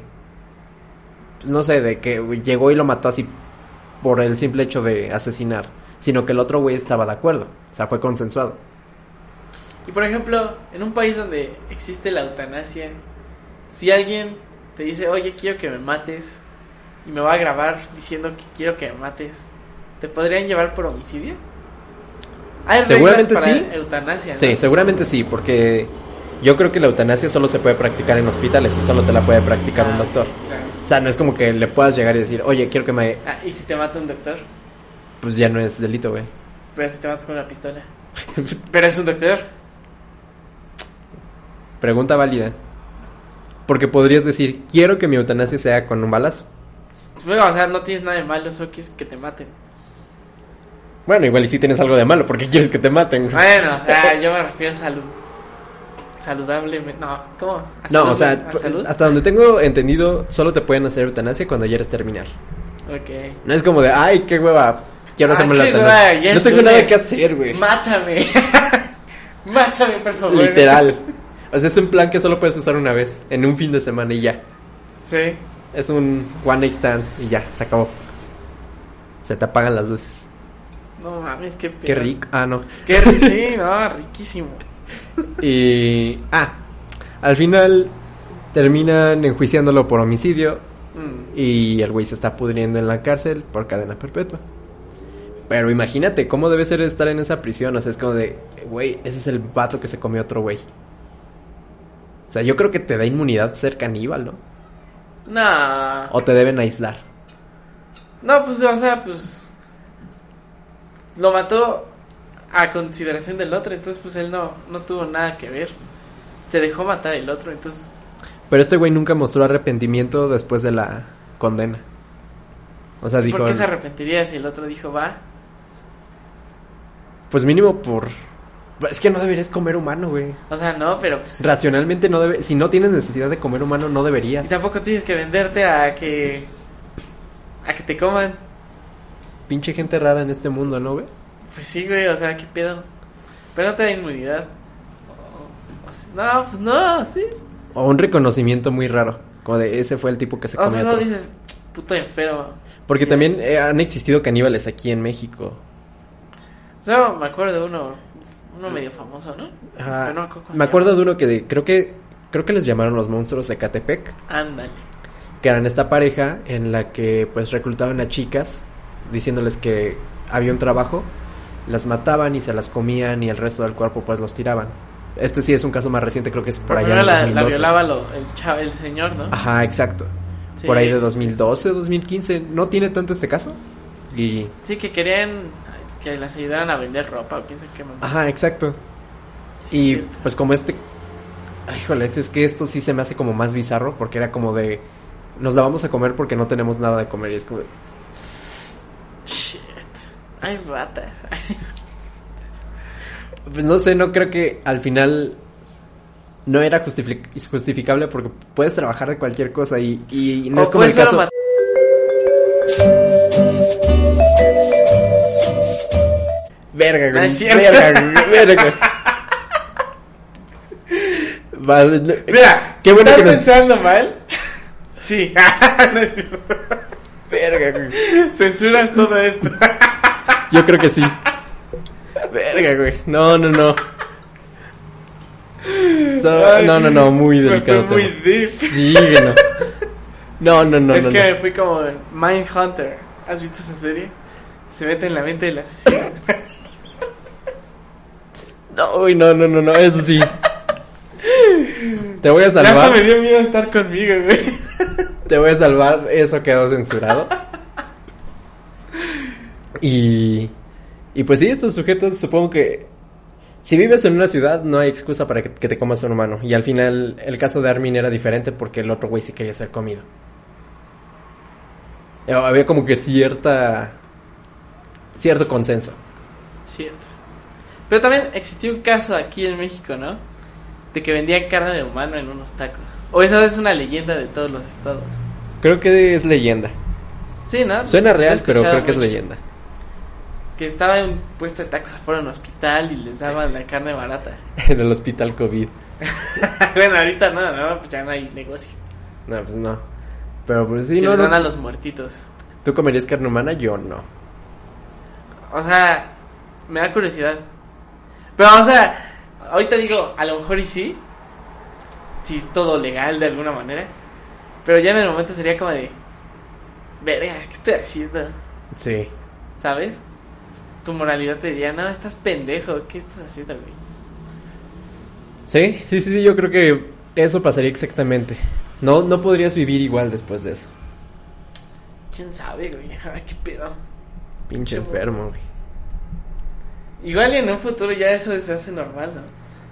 Speaker 1: pues, No sé, de que llegó y lo mató así por el simple hecho de asesinar, sino que el otro güey estaba de acuerdo, o sea, fue consensuado.
Speaker 2: Y por ejemplo, en un país donde existe la eutanasia, si alguien te dice, oye, quiero que me mates, y me va a grabar diciendo que quiero que me mates, ¿te podrían llevar por homicidio? Hay reglas
Speaker 1: Seguramente
Speaker 2: para
Speaker 1: sí.
Speaker 2: Eutanasia, ¿no?
Speaker 1: Sí, seguramente sí, porque yo creo que la eutanasia solo se puede practicar en hospitales y solo te la puede practicar un
Speaker 2: Ah,
Speaker 1: doctor.
Speaker 2: claro.
Speaker 1: O sea, no es como que le puedas llegar y decir, oye, quiero que me...
Speaker 2: Ah, ¿Y si te mata un doctor?
Speaker 1: Pues ya no es delito, güey.
Speaker 2: pero si te matas con
Speaker 1: [LAUGHS]
Speaker 2: una pistola. pero es un doctor.
Speaker 1: Pregunta válida. Porque podrías decir, quiero que mi eutanasia sea con un balazo.
Speaker 2: Bueno, o sea, no tienes nada de malo, solo quieres que te maten.
Speaker 1: Bueno, igual y si tienes algo de malo, porque [LAUGHS] quieres que te maten. güey.
Speaker 2: Bueno, o sea, yo me refiero a salud. Saludablemente. No, ¿cómo? ¿A
Speaker 1: No,
Speaker 2: Ah, salud? ¿eh?
Speaker 1: o sea,
Speaker 2: ¿A salud?
Speaker 1: hasta donde tengo entendido, solo te pueden hacer eutanasia cuando ya eres terminar.
Speaker 2: Ok.
Speaker 1: No es como de, ay, qué hueva, quiero
Speaker 2: Ay,
Speaker 1: hacerme la
Speaker 2: qué
Speaker 1: eutanasia.
Speaker 2: hueva, ya
Speaker 1: no
Speaker 2: es
Speaker 1: tengo
Speaker 2: lunes.
Speaker 1: nada que hacer, güey.
Speaker 2: Mátame. [LAUGHS] Mátame, por favor.
Speaker 1: Literal. O sea, es un plan que solo puedes usar una vez, en un fin de semana y ya.
Speaker 2: Sí.
Speaker 1: Es un one night stand y ya, se acabó. Se te apagan las luces.
Speaker 2: No mames, qué
Speaker 1: Qué
Speaker 2: pedo.
Speaker 1: rico. Ah, no.
Speaker 2: Qué rico. Sí, no, riquísimo.
Speaker 1: Y. Ah, al final terminan enjuiciándolo por homicidio
Speaker 2: Mm.
Speaker 1: y el güey se está pudriendo en la cárcel por cadena perpetua. Pero imagínate cómo debe ser estar en esa prisión. O sea, es como de, güey, ese es el vato que se comió otro güey. O sea, yo creo que te da inmunidad ser caníbal, ¿no?
Speaker 2: No.
Speaker 1: O te deben aislar.
Speaker 2: No, pues, o sea, pues. Lo mató a consideración del otro, entonces, pues él no, no tuvo nada que ver. Se dejó matar el otro, entonces.
Speaker 1: Pero este güey nunca mostró arrepentimiento después de la condena. O sea, dijo,
Speaker 2: ¿Por qué se arrepentiría si el otro dijo va?
Speaker 1: pues mínimo por... Es que no deberías comer humano, güey.
Speaker 2: O sea, no, pero pues.
Speaker 1: Racionalmente no debe... Si no tienes necesidad de comer humano, no
Speaker 2: Y
Speaker 1: deberías.
Speaker 2: tampoco tienes que venderte a que. a que te coman.
Speaker 1: Pinche gente rara en este mundo, ¿no, güey?
Speaker 2: Pues sí, güey, o sea, qué pedo. Pero no te da inmunidad. O- o sea, No, pues no, sí.
Speaker 1: O un reconocimiento muy raro. Como de, ese fue el tipo que se
Speaker 2: O
Speaker 1: comió
Speaker 2: sea,
Speaker 1: a
Speaker 2: Ah, no
Speaker 1: otro".
Speaker 2: dices, puto enfermo.
Speaker 1: Porque también eh, han existido caníbales aquí en México.
Speaker 2: Yo me acuerdo de uno, uno medio famoso, ¿no?
Speaker 1: Ah,
Speaker 2: Pero no me acuerdo cómo
Speaker 1: me
Speaker 2: se
Speaker 1: acuerdo
Speaker 2: llama.
Speaker 1: de uno que de- creo que creo que les llamaron los monstruos de Catepec.
Speaker 2: Ándale.
Speaker 1: que eran esta pareja en la que pues reclutaban a chicas diciéndoles que había un trabajo, las mataban y se las comían y el resto del cuerpo pues los tiraban. Este sí es un caso más reciente, creo que es por
Speaker 2: Pero
Speaker 1: allá de
Speaker 2: primero la, la
Speaker 1: 2012.
Speaker 2: violaba lo- el, chavo, el señor, ¿no?
Speaker 1: Ajá, exacto.
Speaker 2: Sí,
Speaker 1: Ah, por ahí
Speaker 2: sí,
Speaker 1: de
Speaker 2: sí,
Speaker 1: 2012, 2015, no tiene tanto este caso. Y
Speaker 2: Sí, que querían que las ayudaran a vender ropa o quién sabe qué mamá.
Speaker 1: ajá, exacto.
Speaker 2: Sí,
Speaker 1: y
Speaker 2: es cierto.
Speaker 1: pues como este Ay, Híjole, es que esto sí se me hace como más bizarro porque era como de nos la vamos a comer porque no tenemos nada de comer y es como de,
Speaker 2: Shit. Hay ratas. Ay, sí.
Speaker 1: Pues no sé, no creo que al final no era justific- justificable porque puedes trabajar de cualquier cosa y, y no
Speaker 2: O
Speaker 1: es como el
Speaker 2: puede ser
Speaker 1: caso.
Speaker 2: mat-
Speaker 1: Verga,
Speaker 2: No
Speaker 1: güey.
Speaker 2: es cierto.
Speaker 1: verga, güey.
Speaker 2: [LAUGHS]
Speaker 1: Verga. Vale, no-
Speaker 2: Mira,
Speaker 1: qué bueno
Speaker 2: ¿estás
Speaker 1: que nos-
Speaker 2: pensando mal? [LAUGHS] Sí. [LAUGHS] No es cierto.
Speaker 1: Verga, güey.
Speaker 2: Censuras todo esto.
Speaker 1: Yo creo que sí. Verga, güey. No, no, no. So-
Speaker 2: Ay,
Speaker 1: no, no, no, muy
Speaker 2: me
Speaker 1: delicado.
Speaker 2: fui
Speaker 1: tema.
Speaker 2: muy deep.
Speaker 1: Sí, güey, no. No, no, no,
Speaker 2: es
Speaker 1: no,
Speaker 2: que
Speaker 1: no.
Speaker 2: fui como Mindhunter. ¿Has visto esa serie? Se mete en la mente
Speaker 1: [LAUGHS]
Speaker 2: del asesino.
Speaker 1: No, güey, no, no, no, no, eso sí. Te voy a
Speaker 2: Ya
Speaker 1: salvar.
Speaker 2: hasta me dio miedo estar conmigo, güey.
Speaker 1: Te voy a salvar, eso quedó censurado. Y, y pues sí, estos sujetos supongo que si vives en una ciudad no hay excusa para que, que te comas a un humano. Y al final el caso de Armin era diferente porque el otro güey sí quería ser comido. Eh, Había como que cierta... cierto consenso.
Speaker 2: Cierto. Pero también existió un caso aquí en México, ¿no? De que vendían carne de humano en unos tacos. O esa es una leyenda de todos los estados.
Speaker 1: Creo que es leyenda.
Speaker 2: Sí, ¿no?
Speaker 1: Suena
Speaker 2: Lo he
Speaker 1: real, pero
Speaker 2: escuchado
Speaker 1: creo que es
Speaker 2: mucho.
Speaker 1: leyenda. [LAUGHS]
Speaker 2: Que estaba en un puesto de tacos afuera de un hospital y les daban la carne barata.
Speaker 1: En el hospital COVID.
Speaker 2: [LAUGHS] bueno, ahorita no, no, pues ya no hay negocio.
Speaker 1: No, pues no. Pero pues
Speaker 2: Y
Speaker 1: sí,
Speaker 2: que
Speaker 1: no,
Speaker 2: les dan
Speaker 1: no.
Speaker 2: a los muertitos.
Speaker 1: ¿Tú comerías carne humana? Yo no.
Speaker 2: O sea, me da curiosidad. Pero, o sea, ahorita digo, a lo mejor y sí. Si es todo legal de alguna manera. Pero ya en el momento sería como de. Verga, ¿qué estoy haciendo?
Speaker 1: Sí.
Speaker 2: ¿Sabes? Tu moralidad te diría, no, estás pendejo, ¿qué estás haciendo, güey?
Speaker 1: Sí, sí, sí, sí, yo creo que eso pasaría exactamente. No, no podrías vivir igual después de eso.
Speaker 2: ¿Quién sabe, güey? Ay, qué pedo.
Speaker 1: Pinche
Speaker 2: Sí, güey.
Speaker 1: enfermo, güey.
Speaker 2: Igual y en un futuro ya eso se hace normal, ¿no?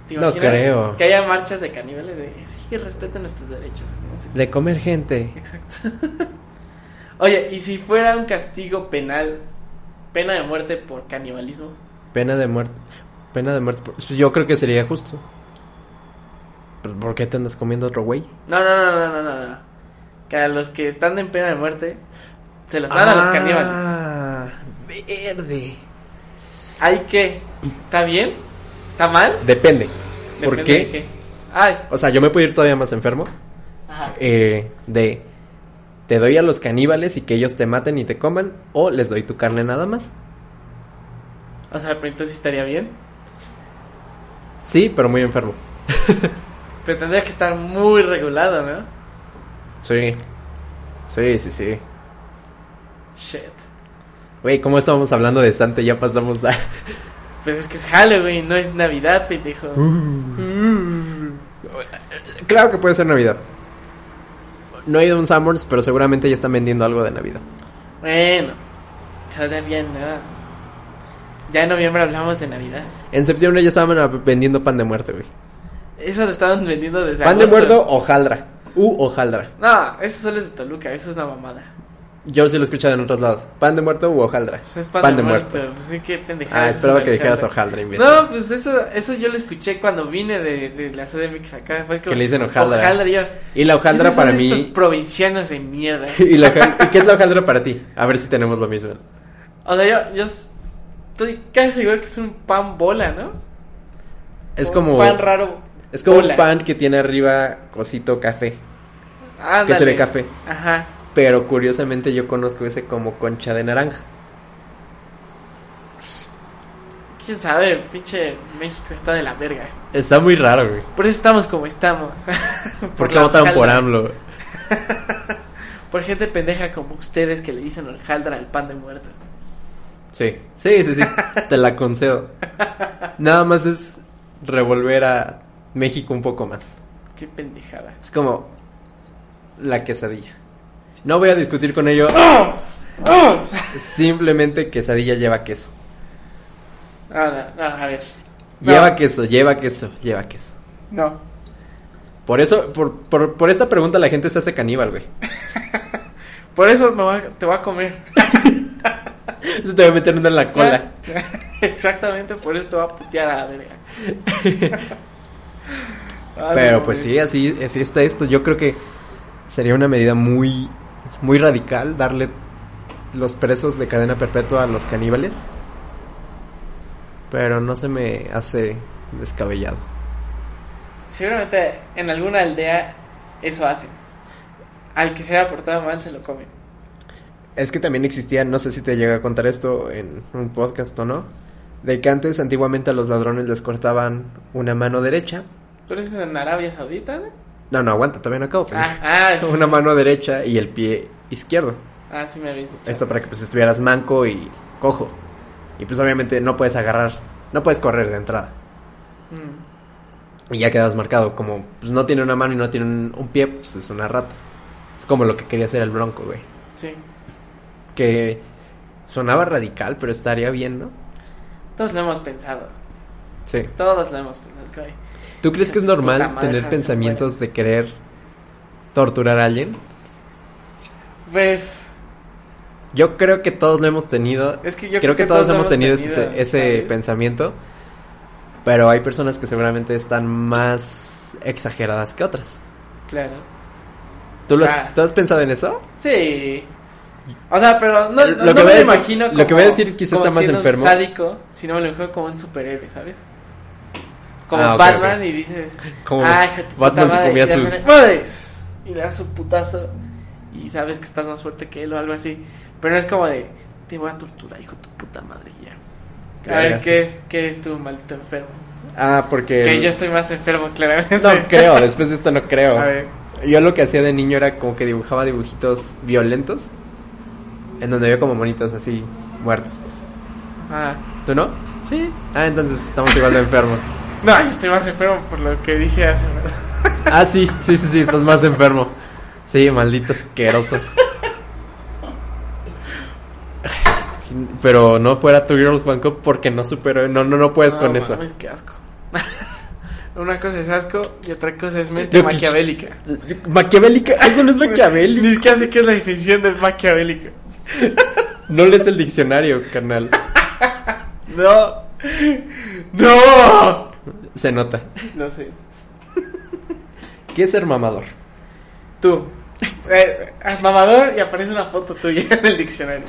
Speaker 2: ¿Te
Speaker 1: No
Speaker 2: imaginas
Speaker 1: creo.
Speaker 2: Que haya marchas de caníbales de sí, que respeten nuestros derechos. ¿no? Sí.
Speaker 1: De comer gente.
Speaker 2: Exacto. [LAUGHS] Oye, ¿y si fuera un castigo penal, pena de muerte por canibalismo?
Speaker 1: Pena de muerte. Pena de muerte. por- Yo creo que sería justo. Pero, ¿Por qué te andas comiendo otro güey?
Speaker 2: No, no, no, no, no, no, no. Que a los que están en pena de muerte, se los dan a
Speaker 1: Ah.
Speaker 2: los caníbales.
Speaker 1: Verde.
Speaker 2: ¿Hay qué? ¿Está bien? ¿Está mal?
Speaker 1: Depende. ¿Por
Speaker 2: Depende
Speaker 1: qué?
Speaker 2: de Ay,
Speaker 1: O sea, yo me puedo ir todavía más enfermo.
Speaker 2: ajá.
Speaker 1: eh, de te doy a los caníbales y que ellos te maten y te coman. O les doy tu carne nada más.
Speaker 2: O sea, pero entonces estaría bien.
Speaker 1: Sí, pero muy enfermo.
Speaker 2: Pero tendría que estar muy regulado, ¿no?
Speaker 1: Sí. Sí, sí, sí.
Speaker 2: Shit.
Speaker 1: Güey, ¿cómo estábamos hablando de Santa? Ya pasamos a...
Speaker 2: Pero Pues es que es Halloween, no es Navidad, pendejo.
Speaker 1: Uh.
Speaker 2: Mm.
Speaker 1: [LAUGHS] Claro que puede ser Navidad. No he ido a un Summers, pero seguramente ya están vendiendo algo de Navidad.
Speaker 2: Bueno, todavía no. Ya en noviembre hablamos de Navidad.
Speaker 1: En septiembre ya estaban ah, vendiendo pan de muerte, güey.
Speaker 2: Eso lo estaban vendiendo desde
Speaker 1: Pan de
Speaker 2: agosto.
Speaker 1: muerto o jaldra. U o jaldra.
Speaker 2: No, eso solo es de Toluca, eso es una mamada.
Speaker 1: Yo sí lo he escuchado en otros lados. Pan de muerto u hojaldra.
Speaker 2: Pues es pan, de, muerto. Pues sí, qué pendejada.
Speaker 1: Ah,
Speaker 2: eso
Speaker 1: esperaba
Speaker 2: es
Speaker 1: que dijeras hojaldra,
Speaker 2: hojaldra.
Speaker 1: imbécil.
Speaker 2: No, pues eso, eso yo lo escuché cuando vine de, de la CDMX acá. Fue como,
Speaker 1: Que le dicen hojaldra.
Speaker 2: Hojaldra, y yo,
Speaker 1: Y la hojaldra
Speaker 2: ¿quiénes
Speaker 1: para
Speaker 2: son Estos
Speaker 1: mí...
Speaker 2: provincianos de mierda.
Speaker 1: [LAUGHS] y, la
Speaker 2: [LAUGHS]
Speaker 1: hojal- ¿Y qué es la hojaldra para ti? A ver si tenemos lo mismo.
Speaker 2: O sea, yo, yo estoy casi seguro que es un pan bola, ¿no?
Speaker 1: Es
Speaker 2: Un
Speaker 1: como...
Speaker 2: pan raro.
Speaker 1: Es como
Speaker 2: bola.
Speaker 1: un pan que tiene arriba cosito café.
Speaker 2: Ándale.
Speaker 1: Que se ve café.
Speaker 2: Ajá.
Speaker 1: Pero curiosamente yo conozco ese como concha de naranja.
Speaker 2: Quién sabe, pinche México está de la verga.
Speaker 1: Está muy raro,
Speaker 2: [LAUGHS]
Speaker 1: güey.
Speaker 2: Por eso estamos como estamos.
Speaker 1: ¿Por qué
Speaker 2: la
Speaker 1: votaron por
Speaker 2: hojaldra.
Speaker 1: AMLO?
Speaker 2: Por gente pendeja como ustedes que le dicen hojaldra al pan de muerto.
Speaker 1: Sí. Sí, sí, sí. Te la
Speaker 2: [LAUGHS]
Speaker 1: concedo. Nada más es revolver a México un poco más.
Speaker 2: Qué pendejada.
Speaker 1: Es como la quesadilla. No voy a discutir con ello.
Speaker 2: Ah,
Speaker 1: Simplemente quesadilla lleva queso.
Speaker 2: No, no, no, a ver. No.
Speaker 1: Lleva queso, lleva queso, lleva queso.
Speaker 2: No.
Speaker 1: Por eso, por, por, por esta pregunta la gente se hace caníbal, güey.
Speaker 2: Por eso me va- te va a comer.
Speaker 1: Se te va a meter uno en la cola.
Speaker 2: [LAUGHS] Exactamente, por eso te va a putear a la verga. Ah,
Speaker 1: [LAUGHS] Pero
Speaker 2: no,
Speaker 1: pues
Speaker 2: güey.
Speaker 1: sí, así, así está esto. Yo creo que sería una medida muy, muy radical darle los presos de cadena perpetua a los caníbales. Pero no se me hace descabellado.
Speaker 2: Seguramente en alguna aldea eso hacen. Al que se haya portado mal se lo comen.
Speaker 1: Es que también existía, no sé si te llega a contar esto en un podcast o no, de que antes antiguamente a los ladrones les cortaban una mano derecha.
Speaker 2: ¿Pero eso es en Arabia Saudita? ¿no?
Speaker 1: No, no, aguanta, todavía no acabo.
Speaker 2: Ah, ah,
Speaker 1: [LAUGHS]
Speaker 2: es-
Speaker 1: Una mano derecha y el pie izquierdo.
Speaker 2: ah, sí me habías dicho.
Speaker 1: Esto para que pues estuvieras manco y cojo. Y pues obviamente no puedes agarrar, no puedes correr de entrada.
Speaker 2: Mm.
Speaker 1: Y ya quedas marcado, como pues no tiene una mano y no tiene un, un pie, pues es una rata. Es como lo que quería hacer el bronco, güey.
Speaker 2: Sí.
Speaker 1: Que sonaba radical, pero estaría bien, ¿no?
Speaker 2: Todos lo hemos pensado.
Speaker 1: Sí.
Speaker 2: Todos lo hemos pensado. güey.
Speaker 1: ¿Tú crees que es
Speaker 2: Puta
Speaker 1: normal
Speaker 2: madre,
Speaker 1: tener
Speaker 2: ojalá se
Speaker 1: pensamientos de querer torturar a alguien?
Speaker 2: Pues.
Speaker 1: Yo creo que todos lo hemos tenido.
Speaker 2: Es que yo
Speaker 1: creo, que, todos, hemos
Speaker 2: lo
Speaker 1: tenido, ese, ese
Speaker 2: ¿sabes?
Speaker 1: pensamiento. Pero hay personas que seguramente están más exageradas que otras.
Speaker 2: Claro.
Speaker 1: ¿Tú, lo has-
Speaker 2: Ah.
Speaker 1: ¿tú has pensado en eso?
Speaker 2: Sí. O sea, pero no,
Speaker 1: Lo
Speaker 2: no-
Speaker 1: que
Speaker 2: no
Speaker 1: voy a
Speaker 2: me lo
Speaker 1: decir-
Speaker 2: imagino
Speaker 1: lo que voy a decir quizá
Speaker 2: como
Speaker 1: está más
Speaker 2: siendo un
Speaker 1: enfermo.
Speaker 2: sádico, sino me lo imagino como un superhéroe, ¿sabes? Como
Speaker 1: Ah, ok,
Speaker 2: Batman y dices,
Speaker 1: Como
Speaker 2: "Ay, Ah, hijo de tu puta
Speaker 1: Batman se
Speaker 2: madre",
Speaker 1: comía
Speaker 2: y le
Speaker 1: sus-
Speaker 2: pones, "Madres", Y le das su putazo y sabes que estás más fuerte que él o algo así. Pero no es como de, te voy a torturar, hijo de tu puta madre, y ya. A
Speaker 1: Claro,
Speaker 2: ver,
Speaker 1: sí.
Speaker 2: ¿qué, ¿qué eres tú, maldito enfermo?
Speaker 1: Ah, porque...
Speaker 2: Que yo estoy más enfermo, claramente.
Speaker 1: No
Speaker 2: [LAUGHS]
Speaker 1: creo, después de esto no creo.
Speaker 2: A ver,
Speaker 1: Yo lo que hacía de niño era como que dibujaba dibujitos violentos. En donde veo como monitos así, muertos. Pues.
Speaker 2: ah,
Speaker 1: ¿Tú no?
Speaker 2: sí.
Speaker 1: Ah, entonces estamos igual de enfermos.
Speaker 2: No, yo estoy más enfermo por lo que dije hace rato.
Speaker 1: Ah, sí, sí, sí, sí, estás más enfermo. Sí, maldito asqueroso. pero no fuera Two Girls One Cup porque no superó, no, no, no puedes
Speaker 2: No,
Speaker 1: Pues con eso.
Speaker 2: mames, qué asco. [LAUGHS] Una cosa es asco y otra cosa es mente
Speaker 1: Yo-
Speaker 2: maquiavélica. [LAUGHS]
Speaker 1: Maquiavélica, eso no es maquiavélico.
Speaker 2: Ni siquiera sé qué es la definición del maquiavélico.
Speaker 1: No lees el diccionario, carnal.
Speaker 2: No. No.
Speaker 1: Se nota.
Speaker 2: No sé.
Speaker 1: ¿Qué es ser mamador?
Speaker 2: Tú. [LAUGHS] Eh, haz mamador y aparece una foto tuya [LAUGHS] en el diccionario.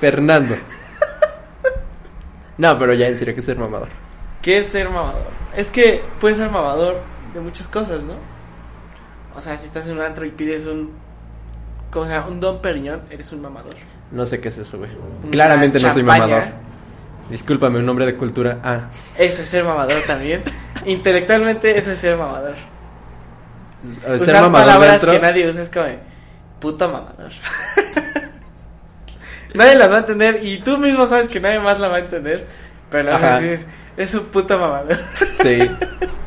Speaker 1: Fernando. No, pero ya en serio, ¿qué es ser mamador?
Speaker 2: ¿Qué es ser mamador? Es que puedes ser mamador de muchas cosas, ¿no? O sea, si estás en un antro y pides un. ¿Cómo se llama? Un Don Periñón, eres un mamador.
Speaker 1: No sé qué es eso, güey.
Speaker 2: Una
Speaker 1: Claramente no soy
Speaker 2: champaña.
Speaker 1: mamador. Discúlpame, un hombre de cultura. Ah,
Speaker 2: Eso es ser mamador
Speaker 1: [LAUGHS]
Speaker 2: también. Intelectualmente, eso es ser mamador.
Speaker 1: Pues ser
Speaker 2: Usar
Speaker 1: mamador
Speaker 2: palabras
Speaker 1: dentro.
Speaker 2: que nadie usa es como de, puto mamador. [LAUGHS] nadie las va a entender y tú mismo sabes que nadie más la va a entender. Pero
Speaker 1: Ajá.
Speaker 2: no dices, es un puto mamador.
Speaker 1: Sí.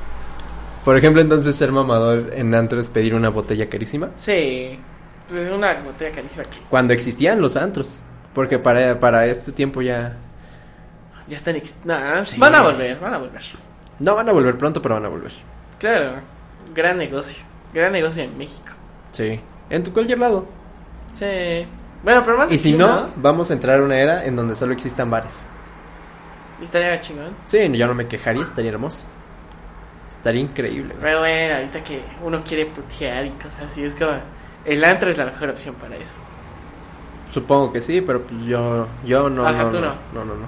Speaker 1: [LAUGHS] Por ejemplo, entonces ser mamador en antro es pedir una botella carísima.
Speaker 2: sí, pues es una botella carísima que
Speaker 1: Cuando existían los antros. Porque para, para este tiempo ya.
Speaker 2: ya están. ex- nah,
Speaker 1: Sí.
Speaker 2: Van a volver, van a volver.
Speaker 1: No van a volver pronto, pero van a volver.
Speaker 2: Claro, gran negocio. Gran negocio en México.
Speaker 1: Sí. En tu cualquier lado.
Speaker 2: Sí. Bueno, pero más.
Speaker 1: Y si
Speaker 2: aquí,
Speaker 1: no, vamos a entrar a una era en donde solo existan bares.
Speaker 2: Estaría chingón.
Speaker 1: Sí, yo no me quejaría, estaría hermoso. Estaría increíble, güey.
Speaker 2: Pero bueno, ahorita que uno quiere putear y cosas así, es como. El antro es la mejor opción para eso.
Speaker 1: Supongo que sí, pero pues yo, yo no,
Speaker 2: Ajá,
Speaker 1: no,
Speaker 2: tú
Speaker 1: no, no, no, no,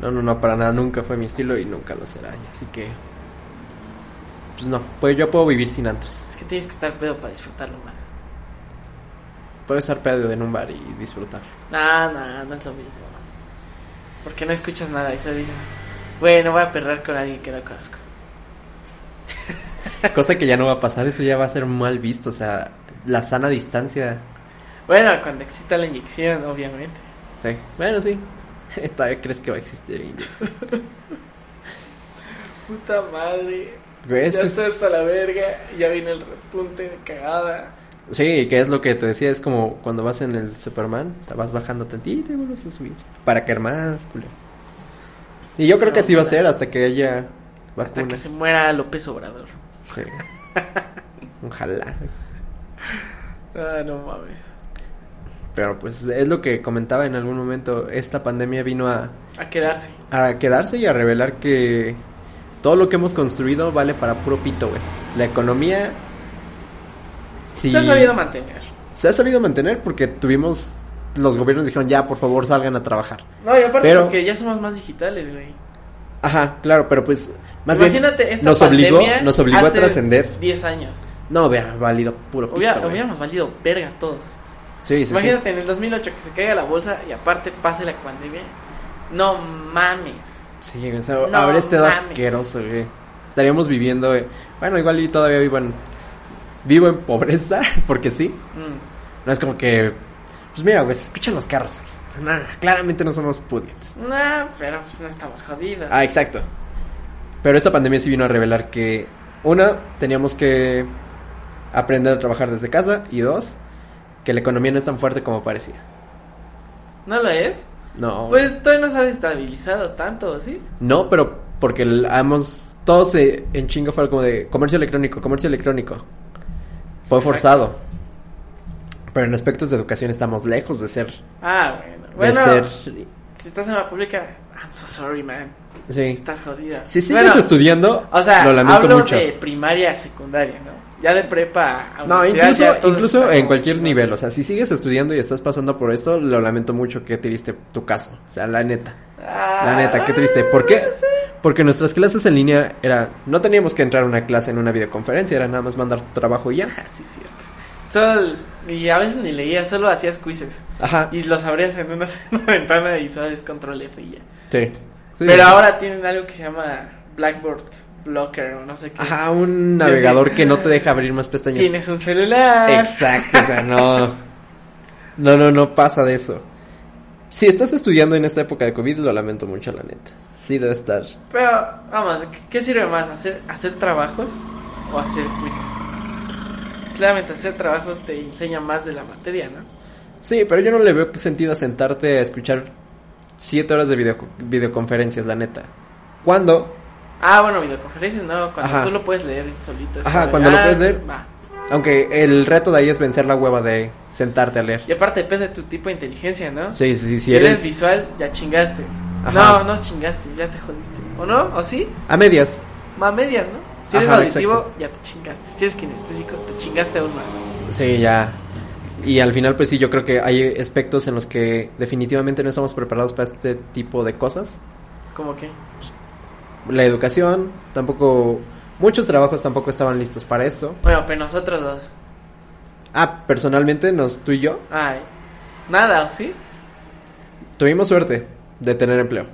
Speaker 1: no, no, no, para nada, nunca fue mi estilo y nunca lo será, y así que, pues no, pues yo puedo vivir sin antros,
Speaker 2: Es que tienes que estar pedo para disfrutarlo más.
Speaker 1: puedo estar pedo en un bar y
Speaker 2: [LAUGHS]
Speaker 1: disfrutar.
Speaker 2: Nah, nah, no es lo mismo. Porque no escuchas nada y solo dices, bueno, voy a perder con alguien que no conozco.
Speaker 1: Cosa que ya no va a pasar, eso ya va a ser mal visto, o sea, la sana distancia,
Speaker 2: Bueno, cuando exista la inyección, obviamente.
Speaker 1: sí, bueno, sí, [LAUGHS] todavía crees que va a existir
Speaker 2: [LAUGHS]
Speaker 1: inyección.
Speaker 2: Puta madre.
Speaker 1: Güey, esto
Speaker 2: ya
Speaker 1: es-
Speaker 2: está hasta la verga. Ya viene el repunte de cagada.
Speaker 1: Sí, que es lo que te decía, es como cuando vas en el Superman, o sea, vas bajando tantito y vuelves a subir. Para caer más, culero. Y yo creo que así va a ser hasta que haya
Speaker 2: Hasta que
Speaker 1: vacunas.
Speaker 2: se muera López Obrador.
Speaker 1: Sí. [LAUGHS] Ojalá.
Speaker 2: Ah, no mames.
Speaker 1: Pero pues es lo que comentaba en algún momento, esta pandemia vino a,
Speaker 2: A quedarse.
Speaker 1: a quedarse y a revelar que todo lo que hemos construido vale para puro pito, güey. La economía... Sí.
Speaker 2: Se ha sabido mantener.
Speaker 1: se ha sabido mantener porque tuvimos... Los gobiernos dijeron, ya, por favor, salgan a trabajar.
Speaker 2: No, y aparte
Speaker 1: Pero-
Speaker 2: porque ya somos más digitales, güey.
Speaker 1: Ajá, claro, pero pues más
Speaker 2: Imagínate
Speaker 1: bien
Speaker 2: esta
Speaker 1: nos obligó,
Speaker 2: pandemia
Speaker 1: nos obligó a
Speaker 2: hace
Speaker 1: trascender.
Speaker 2: 10 años.
Speaker 1: No, hubiera valido puro pito.
Speaker 2: Hubiera-
Speaker 1: güey.
Speaker 2: hubiéramos valido verga todos.
Speaker 1: Sí, sí, sí.
Speaker 2: Imagínate en el 2008 que se caiga la bolsa y aparte pase la pandemia. No mames.
Speaker 1: Sí, o sea,
Speaker 2: No
Speaker 1: habría estado
Speaker 2: mames.
Speaker 1: asqueroso, güey. Estaríamos viviendo, eh, bueno, igual y todavía vivo en vivo en pobreza, [LAUGHS] porque sí.
Speaker 2: Mm.
Speaker 1: No es como que pues mira, güey, se escuchan los carros. Nah, claramente no somos pudientes.
Speaker 2: Nah, pero pues no estamos jodidos.
Speaker 1: Ah, exacto. Pero esta pandemia sí vino a revelar que, una, teníamos que aprender a trabajar desde casa y dos, que la economía no es tan fuerte como parecía.
Speaker 2: ¿No lo es?
Speaker 1: No,
Speaker 2: Pues todavía nos ha destabilizado tanto, ¿sí?
Speaker 1: no, pero porque el- hemos, todos se- en chingo fueron como de comercio electrónico, comercio electrónico. Fue
Speaker 2: Exacto.
Speaker 1: forzado. Pero en aspectos de educación estamos lejos de ser,
Speaker 2: Ah, bueno.
Speaker 1: de
Speaker 2: Bueno,
Speaker 1: ser,
Speaker 2: si estás en la pública, I'm so sorry, man.
Speaker 1: sí.
Speaker 2: Estás jodida.
Speaker 1: Si sigues
Speaker 2: Bueno,
Speaker 1: estudiando,
Speaker 2: O sea,
Speaker 1: lo lamento
Speaker 2: hablo
Speaker 1: mucho.
Speaker 2: de primaria, secundaria, ¿no? Ya de prepa a
Speaker 1: No,
Speaker 2: universidad,
Speaker 1: incluso,
Speaker 2: ya todos
Speaker 1: incluso
Speaker 2: están
Speaker 1: en
Speaker 2: como
Speaker 1: cualquier
Speaker 2: chingones.
Speaker 1: nivel. O sea, si sigues estudiando y estás pasando por esto, lo lamento mucho que triste tu caso. O sea, la neta.
Speaker 2: Ah,
Speaker 1: La neta, qué triste. ¿Por qué?
Speaker 2: sí.
Speaker 1: Porque nuestras clases en línea era... No teníamos que entrar a una clase en una videoconferencia, era nada más mandar tu trabajo y ya.
Speaker 2: Ah, sí, es cierto. Solo, y a veces ni leías, solo hacías quizzes.
Speaker 1: Ajá.
Speaker 2: Y los abrías en una, [LAUGHS] en una ventana y solo es control F y ya.
Speaker 1: Sí. Sí.
Speaker 2: Pero ahora tienen algo que se llama Blackboard Blocker o no sé qué.
Speaker 1: Ajá, un navegador que
Speaker 2: [LAUGHS]
Speaker 1: no te deja abrir más pestañas.
Speaker 2: Tienes un celular.
Speaker 1: Exacto, o sea, no. No, no, no pasa de eso. Si estás estudiando en esta época de COVID, lo lamento mucho, la neta. Sí, debe estar.
Speaker 2: Pero, vamos, ¿qué- ¿qué sirve más? ¿Hacer, ¿Hacer trabajos o hacer quizzes? Claramente hacer trabajos te enseña más de la materia, ¿no?
Speaker 1: Sí, pero yo no le veo sentido a sentarte a escuchar siete horas de video, videoconferencias, la neta. Cuando,
Speaker 2: Ah, bueno, videoconferencias no, cuando
Speaker 1: Ajá.
Speaker 2: tú lo puedes leer solito. es
Speaker 1: Ajá,
Speaker 2: como de,
Speaker 1: cuando lo
Speaker 2: ah,
Speaker 1: puedes leer.
Speaker 2: va.
Speaker 1: aunque el reto de ahí es vencer la hueva de sentarte a leer.
Speaker 2: Y aparte depende de tu tipo de inteligencia, ¿no?
Speaker 1: Sí, sí, sí, si,
Speaker 2: si eres...
Speaker 1: eres
Speaker 2: visual, ya chingaste.
Speaker 1: Ajá.
Speaker 2: No, no chingaste, ya te jodiste. ¿O no? ¿O sí?
Speaker 1: a medias.
Speaker 2: Más medias, ¿no? Si eres
Speaker 1: Ajá,
Speaker 2: auditivo,
Speaker 1: exacto.
Speaker 2: ya te chingaste. Si eres kinestésico, te chingaste aún más.
Speaker 1: Sí, ya. Y al final, pues sí, yo creo que hay aspectos en los que definitivamente no estamos preparados para este tipo de cosas.
Speaker 2: ¿Cómo que?
Speaker 1: La educación, tampoco... Muchos trabajos tampoco estaban listos para esto.
Speaker 2: Bueno, pero nosotros dos.
Speaker 1: Ah, personalmente, nos, tú y yo
Speaker 2: Ay. Nada, ¿o sí?
Speaker 1: tuvimos suerte de tener empleo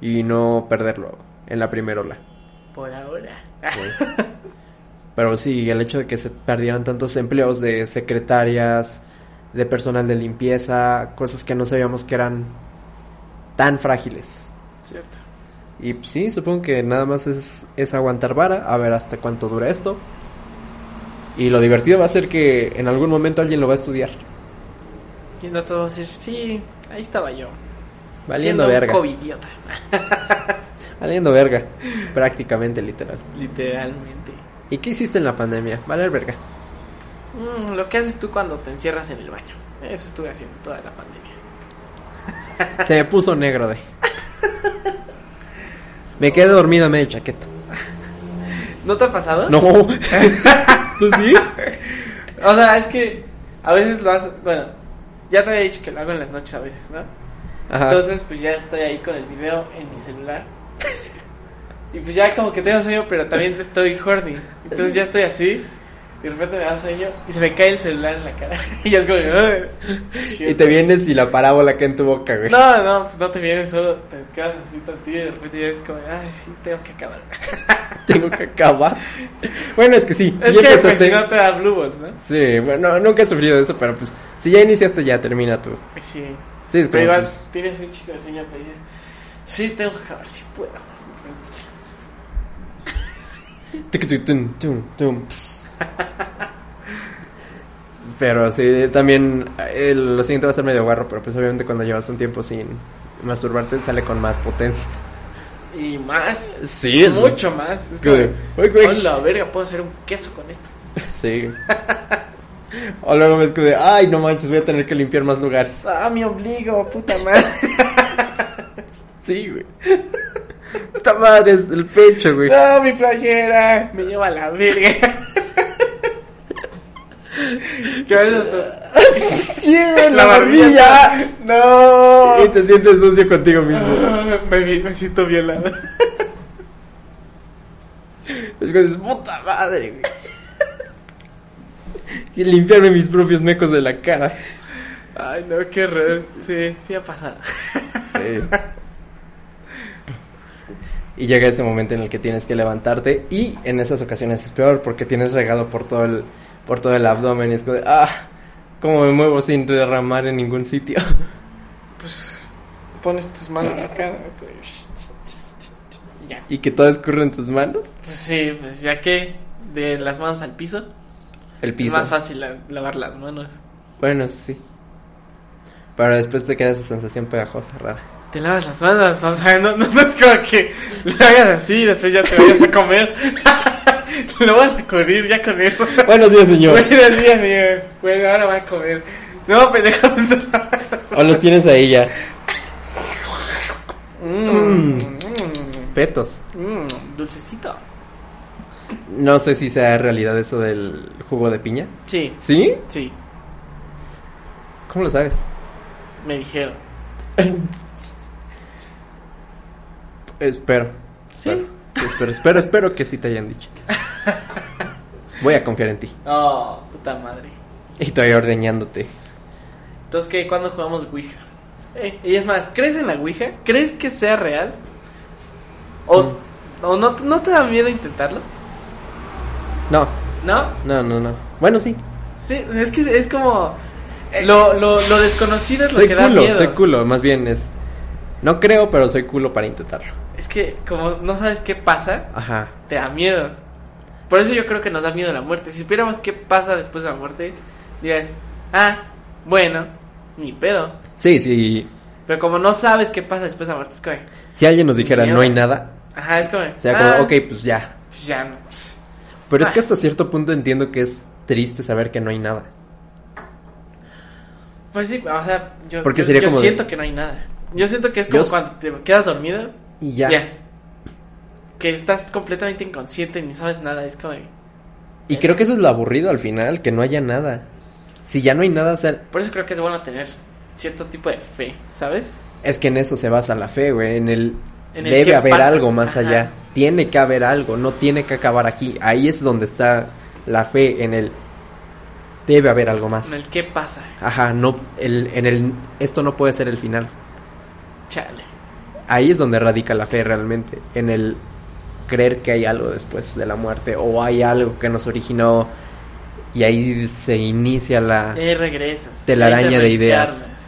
Speaker 1: y no perderlo en la primera ola.
Speaker 2: Por ahora.
Speaker 1: Pero sí, el hecho de que se perdieran tantos empleos de secretarias, de personal de limpieza, cosas que no sabíamos que eran tan frágiles.
Speaker 2: Cierto.
Speaker 1: Y pues, sí, supongo que nada más es, es aguantar vara, a ver hasta cuánto dura esto. Y lo divertido va a ser que en algún momento alguien lo va a estudiar.
Speaker 2: Y no te vas a decir, sí, ahí estaba yo.
Speaker 1: Valiendo
Speaker 2: siendo
Speaker 1: verga.
Speaker 2: Un covidiota.
Speaker 1: Valiendo verga. [LAUGHS] Prácticamente, literal.
Speaker 2: Literalmente.
Speaker 1: ¿Y qué hiciste en la pandemia? Valer verga.
Speaker 2: Mm, lo que haces tú cuando te encierras en el baño. Eso estuve haciendo toda la pandemia.
Speaker 1: Se me puso negro de. Me quedé dormido a media chaqueta.
Speaker 2: ¿No te ha pasado?
Speaker 1: No. [LAUGHS] ¿Tú sí?
Speaker 2: O sea, es que a veces lo haces. Bueno, ya te había dicho que lo hago en las noches a veces, ¿no?
Speaker 1: Ajá.
Speaker 2: Entonces, pues ya estoy ahí con el video en mi celular. Y pues ya como que tengo sueño, pero también estoy horny. Entonces ya estoy así. Y de repente me da sueño y se me cae el celular en la cara. [LAUGHS] Y ya es como. "Ay,
Speaker 1: y te vienes y la parábola que en tu boca, güey.
Speaker 2: No, no, pues no te vienes solo. Te quedas así tantillo y de repente ya es como. Ay, sí, tengo que acabar.
Speaker 1: [LAUGHS] Tengo que acabar. Bueno, es que sí.
Speaker 2: Es
Speaker 1: sí
Speaker 2: que pues,
Speaker 1: empezaste-
Speaker 2: si no te da blue balls, ¿no?
Speaker 1: Sí, bueno, nunca he sufrido de eso, pero pues si ya iniciaste ya termina tú.
Speaker 2: Pues sí.
Speaker 1: Sí, es
Speaker 2: Pero
Speaker 1: como,
Speaker 2: igual
Speaker 1: pues,
Speaker 2: tienes un chico de sueño que dices, sí, tengo que acabar, si puedo.
Speaker 1: tuc, tuc, tum, tum, tum, ps. Pero sí, también eh, lo siguiente va a ser medio guarro, pero pues obviamente cuando llevas un tiempo sin masturbarte sale con más potencia.
Speaker 2: Y más.
Speaker 1: Sí, es-
Speaker 2: Mucho más. Es
Speaker 1: Es que, "Ay, güey".
Speaker 2: como, "Hola, verga, puedo hacer un queso con esto.
Speaker 1: Sí. O luego me escudé, ay, no manches, voy a tener que limpiar más lugares.
Speaker 2: Ah, mi ombligo, puta madre.
Speaker 1: Sí, güey. [LAUGHS] Esta madre es el pecho,
Speaker 2: [LAUGHS]
Speaker 1: güey.
Speaker 2: No, mi playera. Me lleva a
Speaker 1: [LAUGHS]
Speaker 2: la verga. ¿Qué [LAUGHS] haces
Speaker 1: Sí, güey,
Speaker 2: Ah, La
Speaker 1: la
Speaker 2: barbilla.
Speaker 1: barbilla.
Speaker 2: No.
Speaker 1: Y te sientes sucio contigo mismo.
Speaker 2: Ah, [LAUGHS] Me, me siento violado.
Speaker 1: Es que dices, puta madre, güey. Y limpiarme mis propios mecos de la cara.
Speaker 2: Ay, no, qué horror. Sí, sí ha pasado.
Speaker 1: Sí. Y llega ese momento en el que tienes que levantarte y en esas ocasiones es peor porque tienes regado por todo el por todo el abdomen y es como de, ah, cómo me muevo sin derramar en ningún sitio. [LAUGHS]
Speaker 2: Pues, Pones tus manos acá. Y ya.
Speaker 1: Y que todo escurre en tus manos,
Speaker 2: Pues sí, pues ya que de las manos al piso,
Speaker 1: el
Speaker 2: es
Speaker 1: piso.
Speaker 2: más fácil la- lavar las manos.
Speaker 1: Bueno, eso sí. Pero después te queda esa sensación pegajosa rara.
Speaker 2: Te lavas las manos, o sea, no, no, no es como que lo hagas así y después ya te vayas a comer. [LAUGHS] lo vas a cubrir ya con eso.
Speaker 1: Buenos días, señor.
Speaker 2: Buenos días, señor. Bueno, ahora va a comer. No, pendejo.
Speaker 1: [LAUGHS] O los tienes ahí ya.
Speaker 2: Mmm,
Speaker 1: Fetos.
Speaker 2: mmm, dulcecito.
Speaker 1: No sé si sea realidad eso del jugo de piña.
Speaker 2: Sí,
Speaker 1: ¿Sí?
Speaker 2: sí,
Speaker 1: ¿Cómo lo sabes?
Speaker 2: me dijeron.
Speaker 1: Espero.
Speaker 2: Sí.
Speaker 1: Espero, espero, espero, espero que sí te hayan
Speaker 2: [LAUGHS]
Speaker 1: dicho. Voy a confiar en ti.
Speaker 2: Oh, puta madre.
Speaker 1: Y todavía ordeñándote.
Speaker 2: Entonces, ¿qué? ¿Cuándo jugamos Ouija? Eh, y es más, ¿crees en la Ouija? ¿Crees que sea real? ¿O, o no, no te da miedo intentarlo?
Speaker 1: No,
Speaker 2: ¿No?
Speaker 1: no, no, no. Bueno, sí.
Speaker 2: Sí, es que es como... eh, Lo, lo, lo desconocido es lo
Speaker 1: Soy
Speaker 2: que da
Speaker 1: culo,
Speaker 2: miedo.
Speaker 1: soy culo. Más bien es. No creo, pero soy culo para intentarlo.
Speaker 2: Es que como no sabes qué pasa,
Speaker 1: Ajá.
Speaker 2: te da miedo. Por eso yo creo que nos da miedo la muerte. Si supiéramos qué pasa después de la muerte, dirías, ah, bueno, ni pedo.
Speaker 1: Sí, sí.
Speaker 2: Pero como no sabes qué pasa después de la muerte, es como,
Speaker 1: Si alguien nos dijera
Speaker 2: Mierda.
Speaker 1: no hay nada,
Speaker 2: ajá, es como,
Speaker 1: sería
Speaker 2: ah,
Speaker 1: como, ok, pues ya.
Speaker 2: pues ya no.
Speaker 1: Pero es
Speaker 2: Ah.
Speaker 1: que hasta cierto punto entiendo que es triste saber que no hay nada.
Speaker 2: Pues sí, o sea, yo,
Speaker 1: Porque
Speaker 2: yo-
Speaker 1: sería
Speaker 2: yo
Speaker 1: como de-
Speaker 2: siento que no hay nada. Yo siento que es como
Speaker 1: Yo-
Speaker 2: cuando te quedas dormido,
Speaker 1: Y
Speaker 2: ya.
Speaker 1: ya.
Speaker 2: Que estás completamente inconsciente y ni sabes nada, es como,
Speaker 1: Y creo que eso es lo aburrido al final, que no haya nada. Si ya no hay nada, o sea,
Speaker 2: por eso creo que es bueno tener cierto tipo de fe, ¿sabes?
Speaker 1: es que en eso se basa la fe, güey. En el,
Speaker 2: En el
Speaker 1: debe
Speaker 2: que
Speaker 1: haber
Speaker 2: pasa.
Speaker 1: algo más
Speaker 2: Ajá.
Speaker 1: allá. Tiene que haber algo, no tiene que acabar aquí. Ahí es donde está la fe, en el debe haber algo más.
Speaker 2: En el qué pasa,
Speaker 1: Ajá, no, el, en el esto no puede ser el final.
Speaker 2: chale.
Speaker 1: Ahí es donde radica la fe realmente, en el creer que hay algo después de la muerte o hay algo que nos originó y ahí se inicia la...
Speaker 2: Y ahí Eh, regresas.
Speaker 1: Ah. Telaraña
Speaker 2: y ahí te
Speaker 1: de ideas.
Speaker 2: reencarnas.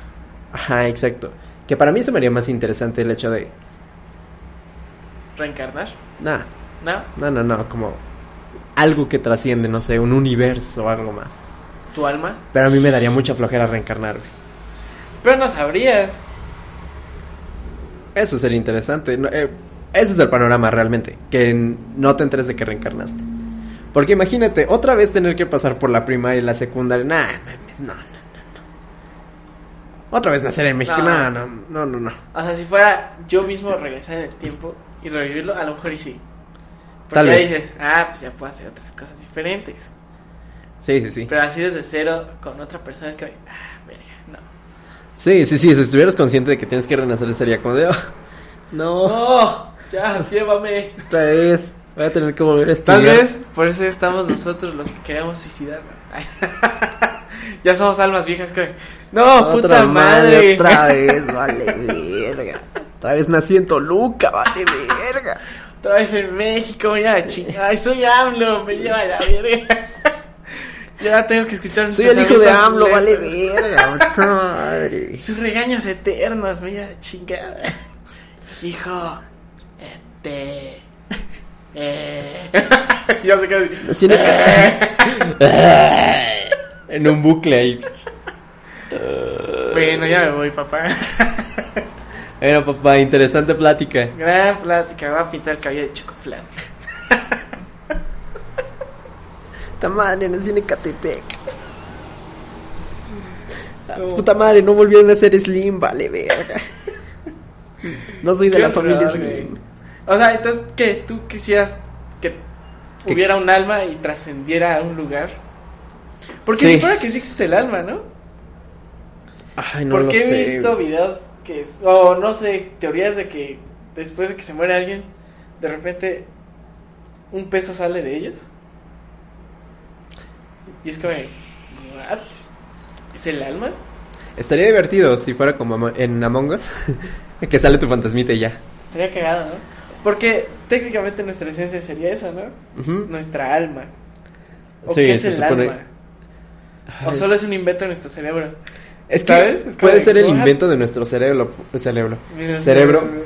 Speaker 1: Ajá, exacto. Que para mí se me haría más interesante el hecho de...
Speaker 2: ¿Reencarnar?
Speaker 1: Nah,
Speaker 2: ¿No?
Speaker 1: no, no, no, como algo que trasciende, no sé, un universo o algo más.
Speaker 2: ¿Tu alma?
Speaker 1: Pero a mí me daría mucha flojera reencarnar. güey.
Speaker 2: Pero no sabrías.
Speaker 1: Eso sería interesante. no, eh, ese es el panorama realmente. Que n- no te enteres de que reencarnaste. Porque imagínate, otra vez tener que pasar por la primaria y la secundaria. Nah, mames, no, no, no, no. Otra vez nacer en México.
Speaker 2: No.
Speaker 1: No, no, no, no, no.
Speaker 2: O sea, si fuera yo mismo regresar en el tiempo y revivirlo, a lo mejor y sí. Porque
Speaker 1: Tal
Speaker 2: ya
Speaker 1: vez.
Speaker 2: dices, ah, pues ya puedo hacer otras cosas diferentes.
Speaker 1: Sí, sí, sí.
Speaker 2: Pero así desde cero con otra persona es que, ah, verga, no.
Speaker 1: Sí, sí, sí. Si estuvieras consciente de que tienes que renacer, sería como de. "Oh, no,
Speaker 2: ¡Oh! Ya, [LAUGHS] llévame.
Speaker 1: otra vez. Voy a tener que volver a estudiar.
Speaker 2: Tal vez por eso estamos nosotros los que queremos suicidarnos. [LAUGHS] Ay, ya somos almas viejas que, no,
Speaker 1: Otra
Speaker 2: puta madre. [LAUGHS]
Speaker 1: Otra vez, vale, verga. Otra vez nací en Toluca, vale, verga.
Speaker 2: Otra vez en México, ya chingada. Ay, soy AMLO, me lleva a la verga. [LAUGHS] ya tengo que escuchar mis
Speaker 1: Soy el hijo de
Speaker 2: pensamientos
Speaker 1: AMLO, vale
Speaker 2: lentos.
Speaker 1: verga, puta madre.
Speaker 2: Sus regaños eternos, me lleva a la chingada. Hijo, este.
Speaker 1: [LAUGHS]
Speaker 2: Eh. ya sé que.
Speaker 1: Así en el- [LAUGHS] En un bucle ahí.
Speaker 2: Bueno, ya me voy, papá.
Speaker 1: Bueno, papá, interesante plática.
Speaker 2: Gran plática, va a pintar el cabello de chocoflan.
Speaker 1: Puta madre, nací en Ecatepec. Ah,
Speaker 2: No.
Speaker 1: Puta madre, no volvieron a ser Slim, vale verga. No soy de
Speaker 2: Qué
Speaker 1: la familia
Speaker 2: horror,
Speaker 1: Slim.
Speaker 2: güey. O sea, entonces que tú quisieras que
Speaker 1: Que-
Speaker 2: hubiera un alma y trascendiera a un lugar. Porque
Speaker 1: Sí.
Speaker 2: se supone que sí existe el alma, ¿no?
Speaker 1: Ay, no lo
Speaker 2: Porque he
Speaker 1: sé.
Speaker 2: visto videos que. es- O no sé, teorías de que después de que se muere alguien, de repente un peso sale de ellos. Y es como. ¿What? ¿Es el alma?
Speaker 1: Estaría divertido si fuera como amo- en Among Us. [LAUGHS] que sale tu fantasmita y ya.
Speaker 2: Estaría cagado, ¿no? Porque técnicamente nuestra esencia sería eso, ¿no?
Speaker 1: Ujú.
Speaker 2: Nuestra alma. ¿O
Speaker 1: Sí,
Speaker 2: qué es
Speaker 1: se
Speaker 2: el
Speaker 1: supone-
Speaker 2: alma? O solo es un invento de nuestro cerebro.
Speaker 1: Es que
Speaker 2: ¿Sabes? Es como
Speaker 1: puede
Speaker 2: de,
Speaker 1: ser el
Speaker 2: "What?"
Speaker 1: invento de nuestro cerebro. Cerebro.
Speaker 2: Mira,
Speaker 1: Cerebro.
Speaker 2: Lo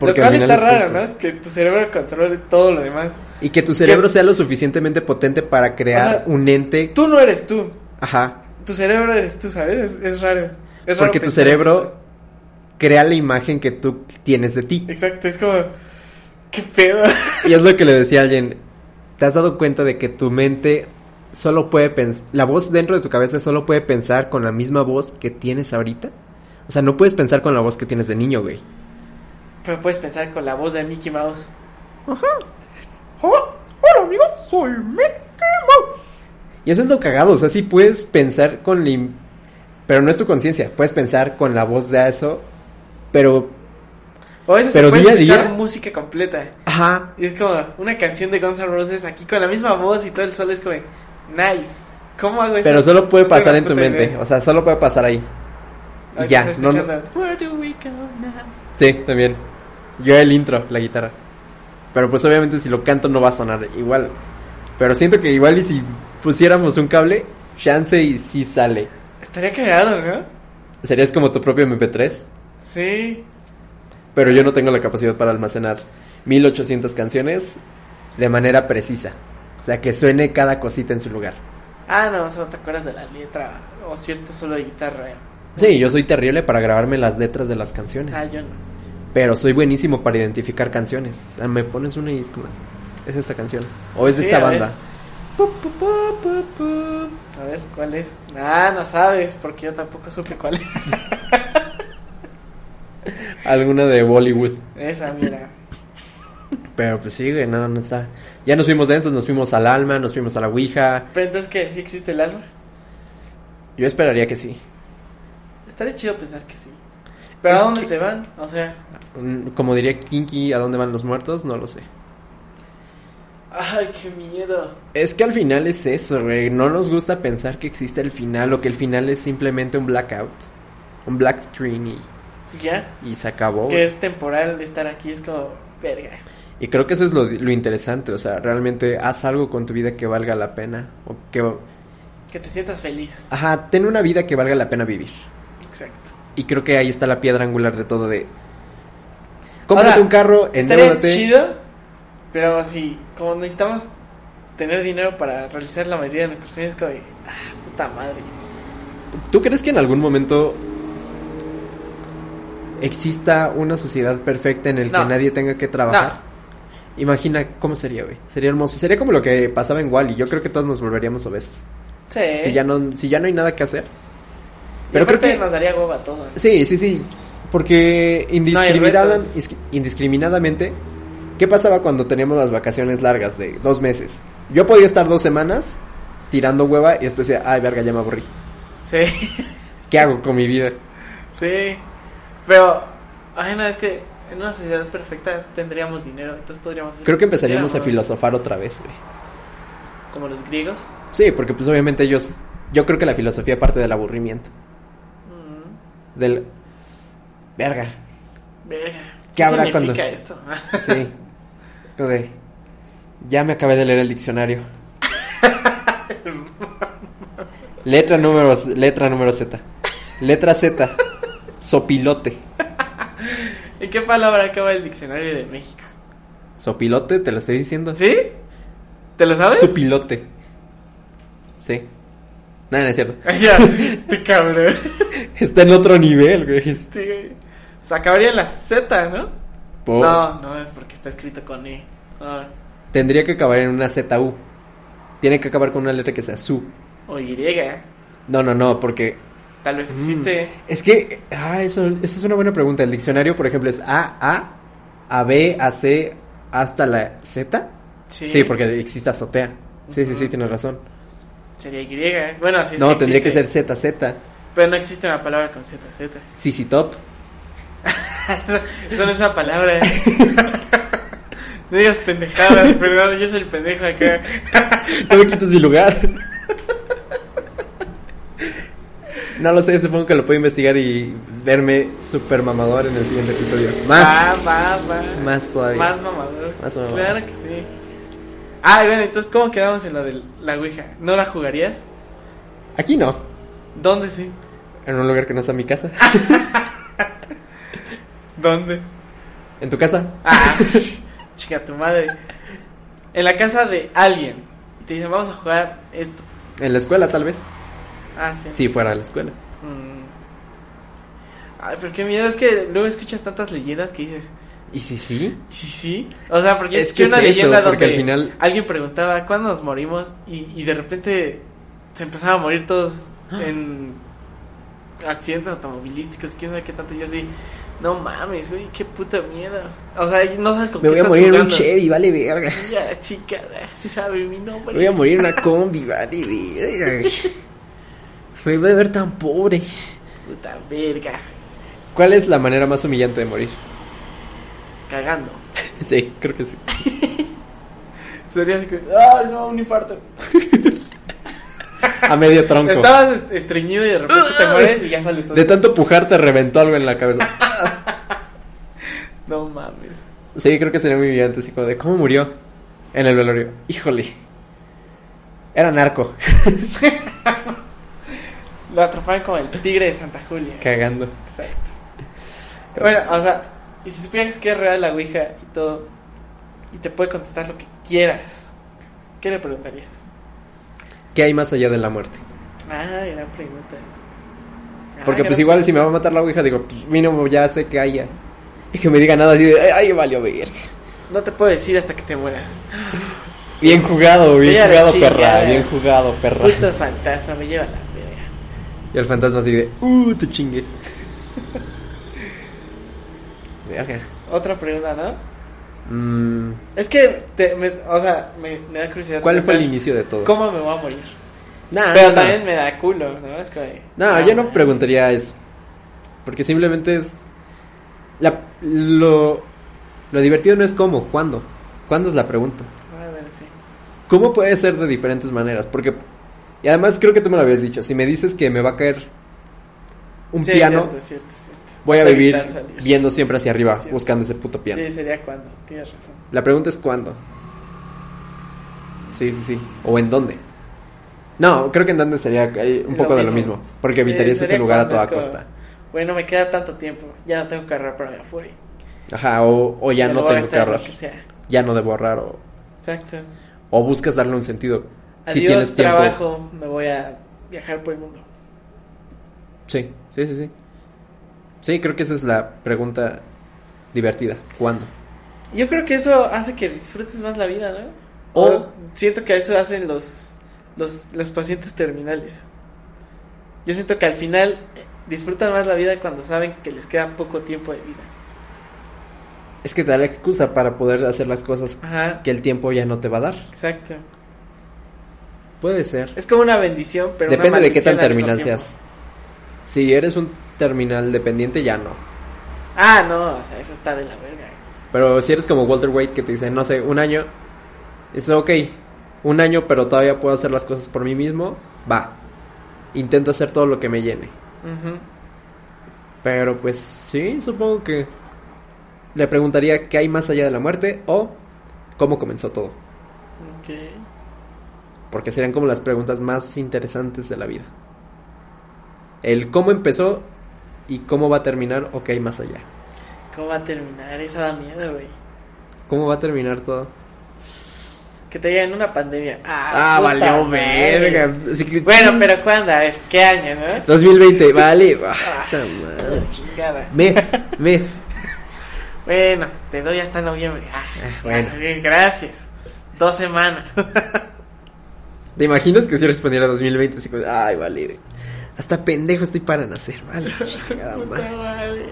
Speaker 1: Porque al
Speaker 2: cual
Speaker 1: final
Speaker 2: está
Speaker 1: es
Speaker 2: raro,
Speaker 1: eso.
Speaker 2: ¿no? Que tu cerebro controle todo lo demás.
Speaker 1: Y que tu cerebro
Speaker 2: Que-
Speaker 1: sea lo suficientemente potente para crear
Speaker 2: Ajá.
Speaker 1: un ente.
Speaker 2: Tú no eres tú.
Speaker 1: Ajá.
Speaker 2: Tu cerebro eres tú, ¿sabes? Es, es raro. Es raro
Speaker 1: Porque tu
Speaker 2: pensar en
Speaker 1: cerebro crea la imagen que tú tienes de ti.
Speaker 2: eso. Exacto, es como. ¿Qué pedo? [LAUGHS]
Speaker 1: Y es lo que le decía a alguien. ¿Te has dado cuenta de que tu mente solo puede pensar... La voz dentro de tu cabeza solo puede pensar con la misma voz que tienes ahorita? O sea, no puedes pensar con la voz que tienes de niño, güey.
Speaker 2: Pero puedes pensar con la voz de Mickey Mouse.
Speaker 1: Ah, Hola amigos, soy Mickey Mouse. Y eso es lo cagado, o sea, sí puedes pensar con la... im- Pero no es tu conciencia, puedes pensar con la voz de eso, pero...
Speaker 2: O a veces
Speaker 1: Pero
Speaker 2: te puedes
Speaker 1: día a
Speaker 2: escuchar
Speaker 1: día-
Speaker 2: música completa.
Speaker 1: Ajá.
Speaker 2: Y es como una canción de Guns N' Roses aquí con la misma voz y todo el sol es como. Nice. ¿Cómo hago eso?
Speaker 1: Pero solo puede
Speaker 2: No tengo
Speaker 1: pasar en tu
Speaker 2: puta
Speaker 1: mente,
Speaker 2: idea.
Speaker 1: o sea, solo puede pasar ahí. Y
Speaker 2: Aquí
Speaker 1: ya,
Speaker 2: está
Speaker 1: no, no-
Speaker 2: escuchando, "Where do we go now?"
Speaker 1: Sí, también. Yo el intro, la guitarra. Pero pues obviamente si lo canto no va a sonar igual. Pero siento que igual y si pusiéramos un cable, chance y sí sale.
Speaker 2: Estaría cagado, ¿no?
Speaker 1: Serías como tu propio MP3,
Speaker 2: Sí.
Speaker 1: pero yo no tengo la capacidad para almacenar 1800 canciones de manera precisa. O sea, que suene cada cosita en su lugar.
Speaker 2: Ah, no, solo te acuerdas de la letra o cierto solo de guitarra. eh.
Speaker 1: Sí, yo soy terrible para grabarme las letras de las canciones.
Speaker 2: Ah, yo no.
Speaker 1: Pero soy buenísimo para identificar canciones. O sea, me pones una y es como, es esta canción. O es
Speaker 2: Sí,
Speaker 1: esta
Speaker 2: a ver.
Speaker 1: banda.
Speaker 2: Pu, pu, pu, pu, pu. A ver, ¿cuál es? Ah, no sabes, porque yo tampoco supe cuál es. [LAUGHS]
Speaker 1: Alguna de Bollywood.
Speaker 2: Esa, mira.
Speaker 1: Pero pues sí, güey, no, no está. Ya nos fuimos densos, nos fuimos al alma, nos fuimos a la Ouija.
Speaker 2: Pero entonces, ¿qué? ¿Sí existe el alma?
Speaker 1: Yo esperaría que sí.
Speaker 2: Estaría chido pensar que sí. ¿Pero
Speaker 1: Es
Speaker 2: a dónde
Speaker 1: que-
Speaker 2: se van? O sea,
Speaker 1: Mm, Como diría Kinky, ¿a dónde van los muertos? No lo sé.
Speaker 2: ay, qué miedo.
Speaker 1: Es que al final es eso, güey. No nos gusta pensar que existe el final o que el final es simplemente un blackout. Un black screen y,
Speaker 2: ¿Ya?
Speaker 1: y se acabó.
Speaker 2: Que
Speaker 1: güey.
Speaker 2: es temporal estar aquí, es como, verga.
Speaker 1: Y creo que eso es lo, lo interesante. O sea, realmente haz algo con tu vida que valga la pena. O que.
Speaker 2: Que te sientas feliz.
Speaker 1: Ajá, ten una vida que valga la pena vivir.
Speaker 2: Exacto.
Speaker 1: Y creo que ahí está la piedra angular de todo de... Cómprate
Speaker 2: Ahora,
Speaker 1: un carro,
Speaker 2: Estaría
Speaker 1: endeudate.
Speaker 2: chido, pero sí, como necesitamos tener dinero para realizar la mayoría de nuestros sueños, como, de, ah, puta madre.
Speaker 1: ¿Tú crees que en algún momento exista una sociedad perfecta en el
Speaker 2: No.
Speaker 1: que nadie tenga que trabajar? Imagina cómo sería, güey. Sería hermoso. Sería como lo que pasaba en Wally. Yo creo que todos nos volveríamos obesos.
Speaker 2: Sí.
Speaker 1: Si ya no si ya no hay nada que hacer. Pero
Speaker 2: Pero
Speaker 1: creo
Speaker 2: creo
Speaker 1: que
Speaker 2: nos daría hueva a todos.
Speaker 1: Sí, sí, sí. Porque indiscriminada-
Speaker 2: retos.
Speaker 1: isqui- indiscriminadamente, ¿qué pasaba cuando teníamos las vacaciones largas de dos meses? Yo podía estar dos semanas tirando hueva y después decía, ay, verga, ya me aburrí.
Speaker 2: Sí,
Speaker 1: ¿Qué hago con mi vida?
Speaker 2: sí. Pero, ay, no, es que en una sociedad perfecta tendríamos dinero, entonces podríamos.
Speaker 1: Creo que empezaríamos a
Speaker 2: hiciéramos
Speaker 1: filosofar otra vez, güey.
Speaker 2: Como los griegos.
Speaker 1: Sí, porque pues obviamente ellos, yo creo que la filosofía parte del aburrimiento.
Speaker 2: Mm,
Speaker 1: Del... Verga.
Speaker 2: verga.
Speaker 1: ¿Qué habrá
Speaker 2: significa
Speaker 1: cuando-
Speaker 2: esto? [LAUGHS]
Speaker 1: Sí. Es como de... Ya me acabé de leer el diccionario. Letra número, letra número Z. Letra Z. Sopilote.
Speaker 2: ¿En qué palabra acaba el diccionario de México?
Speaker 1: Sopilote, te lo estoy diciendo.
Speaker 2: ¿Sí? ¿Te lo sabes? [LAUGHS]
Speaker 1: Sopilote. Sí. No, no es cierto.
Speaker 2: Ya, este cabrón. [LAUGHS]
Speaker 1: Está en otro nivel, güey.
Speaker 2: Este... O sea, acabaría en la Z, ¿no?
Speaker 1: Po-
Speaker 2: No, no, es porque está escrito con E. Ah,
Speaker 1: Tendría que acabar en una ZU. Tiene que acabar con una letra que sea su.
Speaker 2: o Y.
Speaker 1: No, no, no, porque
Speaker 2: Tal vez existe.
Speaker 1: Mm, Es que, ah, eso, esa es una buena pregunta. El diccionario, por ejemplo, es A, A, A, B, A, C, hasta la Z. Sí, porque existe azotea. Sí, sí, sí,
Speaker 2: Ujú.
Speaker 1: tienes razón.
Speaker 2: Sería Y. Bueno, así es
Speaker 1: no, tendría que ser Z,
Speaker 2: existe.
Speaker 1: Z.
Speaker 2: Pero no existe una palabra con Z, Z.
Speaker 1: Sí, sí, top. [LAUGHS]
Speaker 2: Eso, eso no es una palabra. ¿eh? no digas pendejadas, perdón, yo soy el pendejo acá.
Speaker 1: No me quites mi lugar. [LAUGHS] No lo sé, supongo que lo puedo investigar y verme super mamador en el siguiente episodio. Más.
Speaker 2: Va, va, va.
Speaker 1: Más todavía.
Speaker 2: Más mamador.
Speaker 1: Más mamador.
Speaker 2: Claro que sí. Ah, y bueno, entonces, ¿cómo quedamos en lo de la Ouija? ¿No la jugarías?
Speaker 1: Aquí no.
Speaker 2: ¿Dónde sí?
Speaker 1: En un lugar que no sea mi casa.
Speaker 2: Ah. ¿Dónde?
Speaker 1: En tu casa.
Speaker 2: Ah, [LAUGHS] chica, tu madre. En la casa de alguien. Y te dicen, vamos a jugar esto.
Speaker 1: En la escuela, tal vez.
Speaker 2: Ah, sí.
Speaker 1: Si fuera de la escuela.
Speaker 2: Mm. Ay, pero qué miedo, es que luego escuchas tantas leyendas que dices,
Speaker 1: ¿Y si sí?
Speaker 2: sí, sí. O sea, porque yo
Speaker 1: Es que
Speaker 2: escuché una
Speaker 1: es eso,
Speaker 2: leyenda
Speaker 1: porque
Speaker 2: donde
Speaker 1: al final-
Speaker 2: alguien preguntaba, ¿cuándo nos morimos? Y, y de repente se empezaban a morir todos en accidentes automovilísticos, quién sabe qué tanto. Y yo así, no mames, güey, qué puto miedo. O sea, no sabes con
Speaker 1: Me
Speaker 2: qué
Speaker 1: voy a
Speaker 2: estás
Speaker 1: morir en un
Speaker 2: jugando.
Speaker 1: Chevy, vale verga.
Speaker 2: Ya, chica, se sabe mi nombre.
Speaker 1: Me voy a morir en una combi, vale verga. Me voy a ver tan pobre.
Speaker 2: Puta verga,
Speaker 1: ¿Cuál es la manera más humillante de morir?
Speaker 2: cagando.
Speaker 1: Sí, creo que sí.
Speaker 2: Sería así que, ah, no, un infarto.
Speaker 1: A medio tronco.
Speaker 2: Estabas est- estreñido y de repente [LAUGHS] te mueres y ya sale todo.
Speaker 1: De tanto pujar te reventó algo en la cabeza.
Speaker 2: No mames.
Speaker 1: Sí, creo que sería muy humillante. Así como de, ¿cómo murió? En el velorio. Híjole. Era narco.
Speaker 2: Lo atrapaban como el tigre de Santa Julia.
Speaker 1: Cagando.
Speaker 2: Exacto. Bueno, o sea, y si supieras que es real la Ouija y todo, y te puede contestar lo que quieras, ¿qué le preguntarías?
Speaker 1: ¿Qué hay más allá de la muerte?
Speaker 2: Ah, gran pregunta. Ah,
Speaker 1: Porque pues
Speaker 2: gran
Speaker 1: igual si me
Speaker 2: pregunta.
Speaker 1: va a matar la ouija, digo, pues, mínimo ya sé que haya. Y que me diga nada así de, ay, valió verga.
Speaker 2: No te puedo decir hasta que te mueras.
Speaker 1: Bien jugado, bien
Speaker 2: Mira la
Speaker 1: jugado,
Speaker 2: chica.
Speaker 1: perra, bien jugado, perra.
Speaker 2: Puto fantasma, me lleva la verga.
Speaker 1: Y el fantasma así de, uh, te
Speaker 2: [LAUGHS]
Speaker 1: chingue. Verga.
Speaker 2: Otra pregunta, ¿no?
Speaker 1: Mm,
Speaker 2: Es que, te- me- o sea, me, me da curiosidad.
Speaker 1: ¿Cuál fue el
Speaker 2: pensar,
Speaker 1: inicio de todo?
Speaker 2: ¿Cómo me voy a morir?
Speaker 1: Nah,
Speaker 2: Pero
Speaker 1: no,
Speaker 2: también
Speaker 1: no.
Speaker 2: me da culo, ¿no? Es como de- ah,
Speaker 1: No, yo no preguntaría eso. Porque simplemente es. La, lo, lo divertido no es cómo, cuándo. ¿Cuándo es la pregunta?
Speaker 2: Ah, bueno, sí.
Speaker 1: ¿Cómo puede ser de diferentes maneras? Porque. Y además creo que tú me lo habías dicho. Si me dices que me va a caer un
Speaker 2: Sí, es
Speaker 1: piano,
Speaker 2: cierto, es cierto, es cierto.
Speaker 1: voy a
Speaker 2: Vas
Speaker 1: vivir
Speaker 2: evitar salir.
Speaker 1: viendo siempre hacia arriba,
Speaker 2: Sí, cierto.
Speaker 1: buscando ese puto piano.
Speaker 2: Sí, sería cuando, tienes razón.
Speaker 1: La pregunta es cuándo. Sí, sí, sí. O en dónde. No, creo que en dónde sería eh, un
Speaker 2: Lo
Speaker 1: poco de lo
Speaker 2: mismo.
Speaker 1: mismo. Porque
Speaker 2: Sí,
Speaker 1: evitarías ese
Speaker 2: Eh, sería
Speaker 1: lugar a
Speaker 2: cuando
Speaker 1: toda
Speaker 2: es como,
Speaker 1: costa.
Speaker 2: Bueno, me queda tanto tiempo, ya no tengo que ahorrar para mi afuera.
Speaker 1: Ajá, o, o ya
Speaker 2: Me
Speaker 1: no
Speaker 2: lo voy a
Speaker 1: tengo que
Speaker 2: gastar en lo
Speaker 1: ahorrar.
Speaker 2: que sea.
Speaker 1: Ya no debo ahorrar. O,
Speaker 2: Exacto.
Speaker 1: o buscas darle un sentido. si
Speaker 2: Adiós,
Speaker 1: tienes tiempo.
Speaker 2: trabajo, me voy a viajar por el mundo.
Speaker 1: Sí, sí, sí, sí. Sí, creo que esa es la pregunta divertida. ¿Cuándo?
Speaker 2: Yo creo que eso hace que disfrutes más la vida, ¿no? O,
Speaker 1: O-
Speaker 2: siento que eso hacen los, los, los pacientes terminales. Yo siento que al final eh, disfrutan más la vida cuando saben que les queda poco tiempo de vida.
Speaker 1: Es que te da la excusa para poder hacer las cosas
Speaker 2: Ajá.
Speaker 1: que el tiempo ya no te va a dar.
Speaker 2: Exacto.
Speaker 1: Puede ser.
Speaker 2: Es como una bendición, pero una
Speaker 1: Depende de qué
Speaker 2: maldición
Speaker 1: tan
Speaker 2: al mismo
Speaker 1: terminal
Speaker 2: tiempo.
Speaker 1: seas. Si eres un terminal dependiente, ya no.
Speaker 2: Ah, no, o sea, eso está de la verga.
Speaker 1: Pero si eres como Walter White que te dice, no sé, un año, es ok, un año, pero todavía puedo hacer las cosas por mí mismo, va. Intento hacer todo lo que me llene.
Speaker 2: Ujú.
Speaker 1: Pero pues sí, supongo que le preguntaría qué hay más allá de la muerte o cómo comenzó todo.
Speaker 2: Ok.
Speaker 1: Porque serían como las preguntas más interesantes de la vida. El cómo empezó y cómo va a terminar o qué hay más allá.
Speaker 2: ¿Cómo va a terminar? Esa da miedo, güey.
Speaker 1: ¿Cómo va a terminar todo?
Speaker 2: Que te lleguen una pandemia. Ah,
Speaker 1: Ah,
Speaker 2: puta
Speaker 1: valió
Speaker 2: madre.
Speaker 1: verga. Así que-
Speaker 2: Bueno, pero ¿cuándo? A ver, ¿qué año, no?
Speaker 1: 2020,
Speaker 2: [LAUGHS]
Speaker 1: vale. Ah, ta madre.
Speaker 2: La chingada.
Speaker 1: Mes, mes.
Speaker 2: Bueno, te doy hasta noviembre. Ah,
Speaker 1: bueno.
Speaker 2: ah, bien, gracias. Dos semanas.
Speaker 1: ¿Te imaginas que si respondiera 2020? Así como, ay, vale. Hasta pendejo estoy para nacer,
Speaker 2: [LAUGHS]
Speaker 1: vale. chingada
Speaker 2: Puta
Speaker 1: madre.
Speaker 2: madre.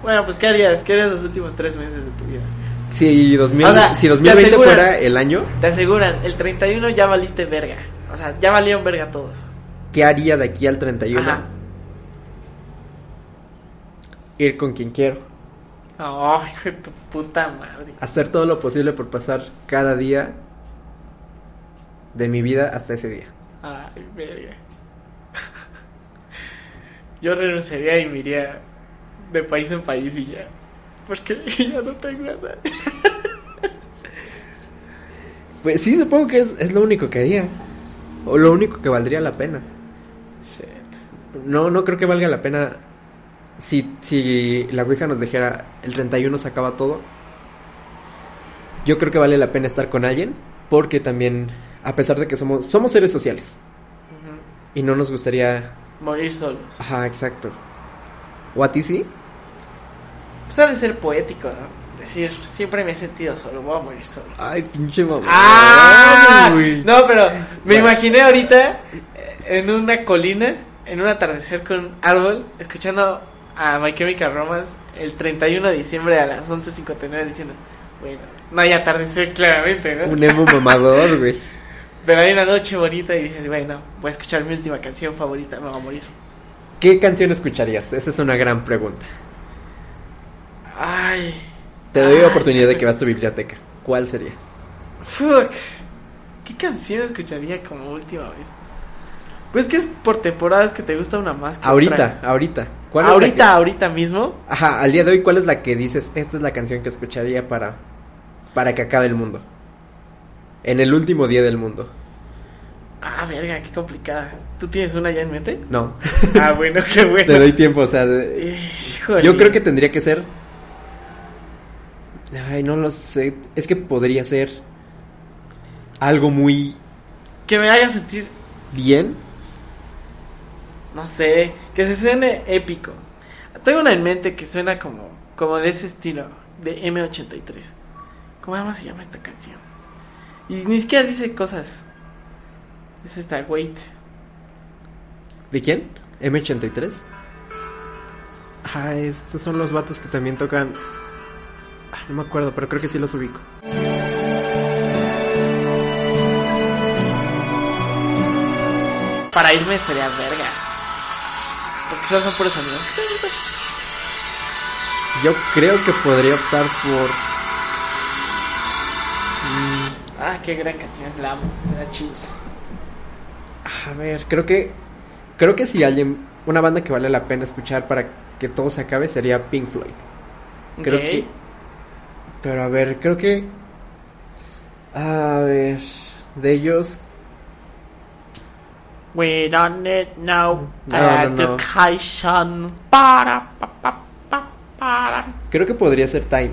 Speaker 2: Bueno, pues ¿qué harías? ¿Qué harías los últimos tres meses de tu vida?
Speaker 1: Si, 2000
Speaker 2: O sea,
Speaker 1: si
Speaker 2: te
Speaker 1: 2020
Speaker 2: aseguran-
Speaker 1: fuera el año,
Speaker 2: Te aseguran, el 31 ya valiste verga. O sea, ya valieron verga todos.
Speaker 1: ¿qué haría de aquí al 31?
Speaker 2: Ajá.
Speaker 1: Ir con quien quiero.
Speaker 2: Oh, hijo de tu puta madre.
Speaker 1: Hacer todo lo posible por pasar cada día de mi vida hasta ese día.
Speaker 2: Ay, verga. Yo renunciaría y me iría de país en país y ya. Porque [LAUGHS] ya no tengo nada.
Speaker 1: Pues sí, supongo que es, es lo único que haría. O lo único que valdría la pena.
Speaker 2: Shit.
Speaker 1: No, no creo que valga la pena si, si la Ouija nos dijera el 31 se acaba todo. Yo creo que vale la pena estar con alguien porque también, a pesar de que somos, somos seres sociales
Speaker 2: Ujú.
Speaker 1: y no nos gustaría...
Speaker 2: Morir solos.
Speaker 1: Ajá, exacto. ¿O a ti sí?
Speaker 2: Pues ha de ser poético, ¿no? Decir, siempre me he sentido solo, voy a morir solo.
Speaker 1: Ay, pinche mamá.
Speaker 2: ¡Ah!
Speaker 1: Uy.
Speaker 2: No, pero me
Speaker 1: Bueno.
Speaker 2: imaginé ahorita eh, en una colina, en un atardecer con un árbol, escuchando a My Chemical Romance el 31 de diciembre a las 11.59 diciendo, bueno, no hay atardecer claramente, ¿no?
Speaker 1: Un emo mamador, güey.
Speaker 2: Pero hay una noche bonita y dices, bueno, voy a escuchar mi última canción favorita, me voy a morir.
Speaker 1: ¿Qué canción escucharías? Esa es una gran pregunta.
Speaker 2: Ay,
Speaker 1: Te doy
Speaker 2: Ay.
Speaker 1: la oportunidad de que vas a tu biblioteca. ¿Cuál sería?
Speaker 2: fuck. ¿Qué canción escucharía como última vez? Pues que es por temporadas que te gusta una más que
Speaker 1: Ahorita,
Speaker 2: otra.
Speaker 1: ahorita. ¿Cuál es la
Speaker 2: ahorita,
Speaker 1: que-
Speaker 2: ahorita mismo.
Speaker 1: Ajá, al día de hoy, ¿cuál es la que dices? Esta es la canción que escucharía para, para que acabe el mundo. En el último día del mundo.
Speaker 2: Ah, verga, qué complicada. ¿Tú tienes una ya en mente?
Speaker 1: [LAUGHS] No,
Speaker 2: Ah, bueno, qué bueno.
Speaker 1: te doy tiempo, o sea, de- [LAUGHS]
Speaker 2: Híjole.
Speaker 1: yo creo que tendría que ser... Ay, no lo sé, es que podría ser algo muy
Speaker 2: que me haga sentir,
Speaker 1: Bien.
Speaker 2: no sé, que se suene épico. Tengo una en mente que suena como, como de ese estilo, de M83. ¿Cómo se llama esta canción? Y ni siquiera dice cosas. Es esta, wait.
Speaker 1: ¿De quién? M83. Ah, estos son los vatos que también tocan. Ah, no me acuerdo, pero creo que sí los ubico.
Speaker 2: Para irme estaría verga. Porque solo son puros sonidos.
Speaker 1: Yo creo que podría optar por. Mm,
Speaker 2: Ah, qué gran canción, la amo, la chis.
Speaker 1: A ver, creo que. Creo que si alguien. Una banda que vale la pena escuchar para que todo se acabe sería Pink Floyd. Creo
Speaker 2: Ok.
Speaker 1: que. Pero a ver, creo que. A ver. De ellos.
Speaker 2: We done it now.
Speaker 1: No, no, no.
Speaker 2: Education. Para, pa, pa, pa, para.
Speaker 1: Creo que podría ser Time.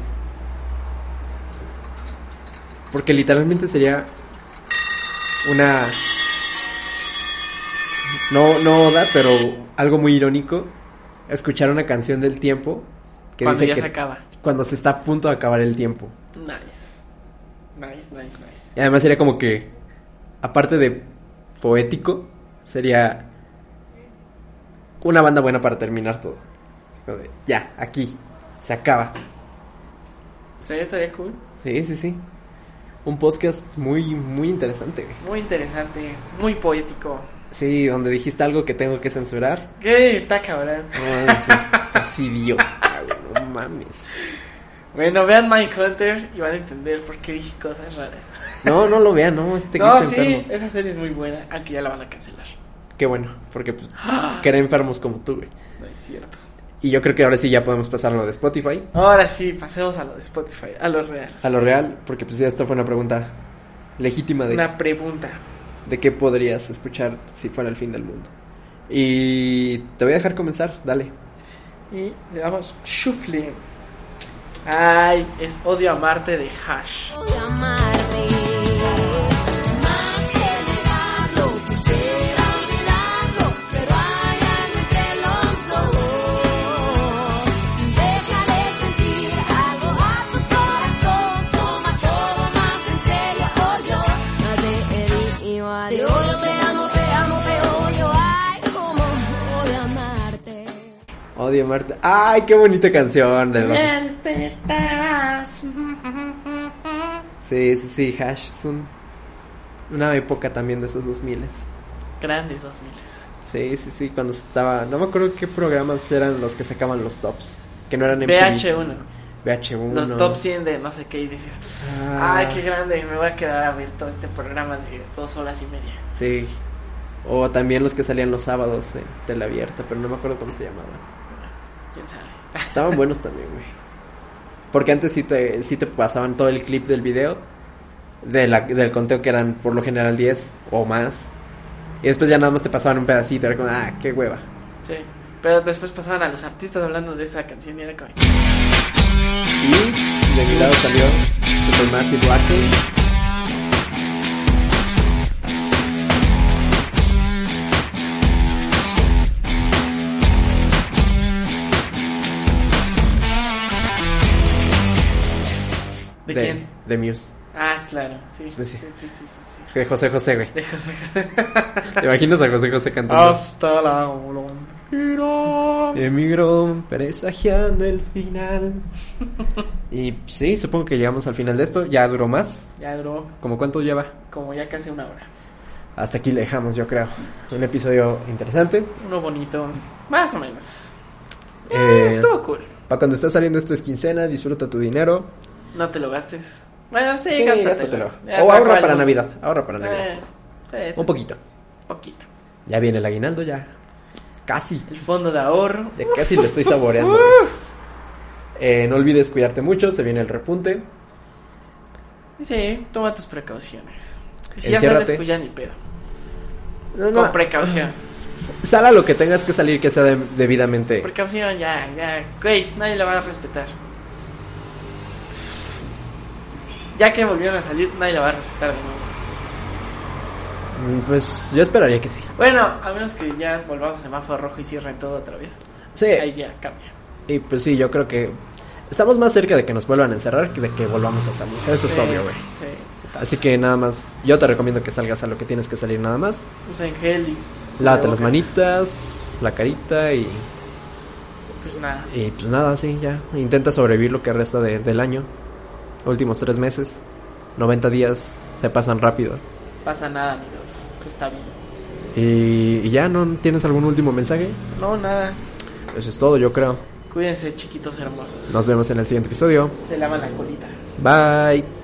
Speaker 1: Porque literalmente sería. Una. No, no oda, pero algo muy irónico. Escuchar una canción del tiempo. Que
Speaker 2: Cuando
Speaker 1: dice
Speaker 2: ya
Speaker 1: que
Speaker 2: se acaba.
Speaker 1: cuando se está a punto de acabar el tiempo.
Speaker 2: Nice. Nice, nice, nice.
Speaker 1: Y además sería como que, aparte de poético, sería una banda buena para terminar todo. Como de, ya, aquí, se acaba.
Speaker 2: Sería estaría cool.
Speaker 1: Sí, sí, sí. Un podcast muy, muy interesante. güey.
Speaker 2: Muy interesante. Muy poético.
Speaker 1: Sí, donde dijiste algo que tengo que censurar.
Speaker 2: ¿Qué está cabrón?
Speaker 1: No mames, [LAUGHS] estás idiota, güey, no mames.
Speaker 2: Bueno, vean Mindhunter y van a entender por qué dije cosas raras.
Speaker 1: No, no lo vean, no, este
Speaker 2: no,
Speaker 1: que
Speaker 2: sí,
Speaker 1: está enfermo.
Speaker 2: esa serie es muy buena, aunque ya la van a cancelar.
Speaker 1: Qué bueno, porque pues, que eran enfermos como tú, güey.
Speaker 2: No es cierto.
Speaker 1: Y yo creo que ahora sí ya podemos pasar a lo de Spotify.
Speaker 2: Ahora sí, pasemos a lo de Spotify, a lo real.
Speaker 1: A lo real, porque pues ya esta fue una pregunta legítima de,
Speaker 2: Una pregunta.
Speaker 1: de qué podrías escuchar si fuera el fin del mundo. Y te voy a dejar comenzar, dale.
Speaker 2: Y le damos shuffling. Ay, es odio amarte de hash.
Speaker 3: Llamarte más que negarlo, quisiera olvidarlo, pero hay algo entre los dos. Déjale sentir algo a tu corazón, toma todo más en serio, odio. Te herí y Te odio, te amo, te amo, te odio. Ay, cómo odio amarte.
Speaker 1: Odio Marte. ¡Ay, qué bonita canción! De los- Sí, sí, sí, Hash. Es un- una época también de esos 2000.
Speaker 2: Grandes 2000.
Speaker 1: Sí, sí, sí, cuando estaba... No me acuerdo qué programas eran los que sacaban los tops. Que no eran MTV.
Speaker 2: BH1.
Speaker 1: VH1.
Speaker 2: Los top 100 de no sé qué y dices,
Speaker 1: Ah.
Speaker 2: ay, qué grande, me voy a quedar a ver todo este programa de dos horas y media.
Speaker 1: Sí. O también los que salían los sábados en tele abierta, pero no me acuerdo cómo se llamaban.
Speaker 2: ¿Quién sabe?
Speaker 1: Estaban buenos también, güey. Porque antes sí te, sí te pasaban todo el clip del video, de la- del conteo que eran por lo general 10 o más. Y después ya nada más te pasaban un pedacito, era como, ah, qué hueva.
Speaker 2: Sí. Pero después pasaban a los artistas hablando de esa canción y era como,
Speaker 1: Y de mi lado salió Supermassive Black Hole.
Speaker 2: ¿de,
Speaker 1: de,
Speaker 2: quién?
Speaker 1: de Muse.
Speaker 2: Ah, claro, sí.
Speaker 1: Sí,
Speaker 2: Sí,
Speaker 1: sí.
Speaker 2: sí, sí, sí. sí.
Speaker 1: De José José,
Speaker 2: [LAUGHS]
Speaker 1: güey.
Speaker 2: De José
Speaker 1: ¿Te imaginas a José José cantando?
Speaker 2: Hasta la voluntaria.
Speaker 1: Emigró presagiando el
Speaker 2: [LAUGHS]
Speaker 1: final. Y sí, supongo que llegamos al final de esto. Ya duró más.
Speaker 2: Ya duró
Speaker 1: ¿Cómo cuánto lleva?
Speaker 2: como ya casi una hora.
Speaker 1: Hasta aquí le dejamos, yo creo. Un episodio interesante.
Speaker 2: Uno bonito, más o menos.
Speaker 1: Eh,
Speaker 2: Estuvo cool.
Speaker 1: para cuando estés saliendo esto es quincena, disfruta tu dinero.
Speaker 2: No te lo gastes. Bueno, sí,
Speaker 1: Sí,
Speaker 2: gástatelo.
Speaker 1: gástatelo.
Speaker 2: Ya
Speaker 1: O
Speaker 2: se
Speaker 1: ahorra
Speaker 2: acaba el
Speaker 1: para
Speaker 2: mundo.
Speaker 1: Navidad. Ahorra para
Speaker 2: Eh,
Speaker 1: Navidad.
Speaker 2: sí, sí,
Speaker 1: Un poquito.
Speaker 2: poquito.
Speaker 1: Ya viene el aguinaldo, ya. Casi.
Speaker 2: El fondo de ahorro.
Speaker 1: Ya casi lo
Speaker 2: [LAUGHS]
Speaker 1: estoy saboreando.
Speaker 2: Uh.
Speaker 1: Eh, no olvides cuidarte mucho, se viene el repunte.
Speaker 2: Sí, toma tus precauciones. Y Si ya
Speaker 1: Enciérrate.
Speaker 2: sales, pues ya ni pedo.
Speaker 1: No, no.
Speaker 2: Con precaución.
Speaker 1: Sal a lo que tengas que salir que sea de- debidamente.
Speaker 2: Precaución, ya, ya. Güey, nadie la va a respetar. Ya que volvieron a salir, nadie la va a respetar de nuevo.
Speaker 1: Mm, Pues yo esperaría que sí.
Speaker 2: Bueno, a menos que ya volvamos a semáforo rojo y cierren todo otra vez.
Speaker 1: Sí,
Speaker 2: Ahí ya cambia.
Speaker 1: y pues sí, yo creo que estamos más cerca de que nos vuelvan a encerrar que de que volvamos a salir. Eso es
Speaker 2: Sí,
Speaker 1: obvio, güey.
Speaker 2: Sí.
Speaker 1: Así que nada más, yo te recomiendo que salgas a lo que tienes que salir nada más.
Speaker 2: Usen gel y.
Speaker 1: Lávate las
Speaker 2: cubrebocas.
Speaker 1: manitas, la carita y,
Speaker 2: Pues nada.
Speaker 1: y pues nada, sí, ya. Intenta sobrevivir lo que resta de- del año. Últimos tres meses, 90 días, se pasan rápido.
Speaker 2: Pasa nada, amigos. Pues está bien.
Speaker 1: Y, y ya, ¿no tienes algún último mensaje?
Speaker 2: No, nada.
Speaker 1: Eso es todo, yo creo.
Speaker 2: Cuídense, chiquitos hermosos.
Speaker 1: Nos vemos en el siguiente episodio.
Speaker 2: Se lavan la colita.
Speaker 1: Bye.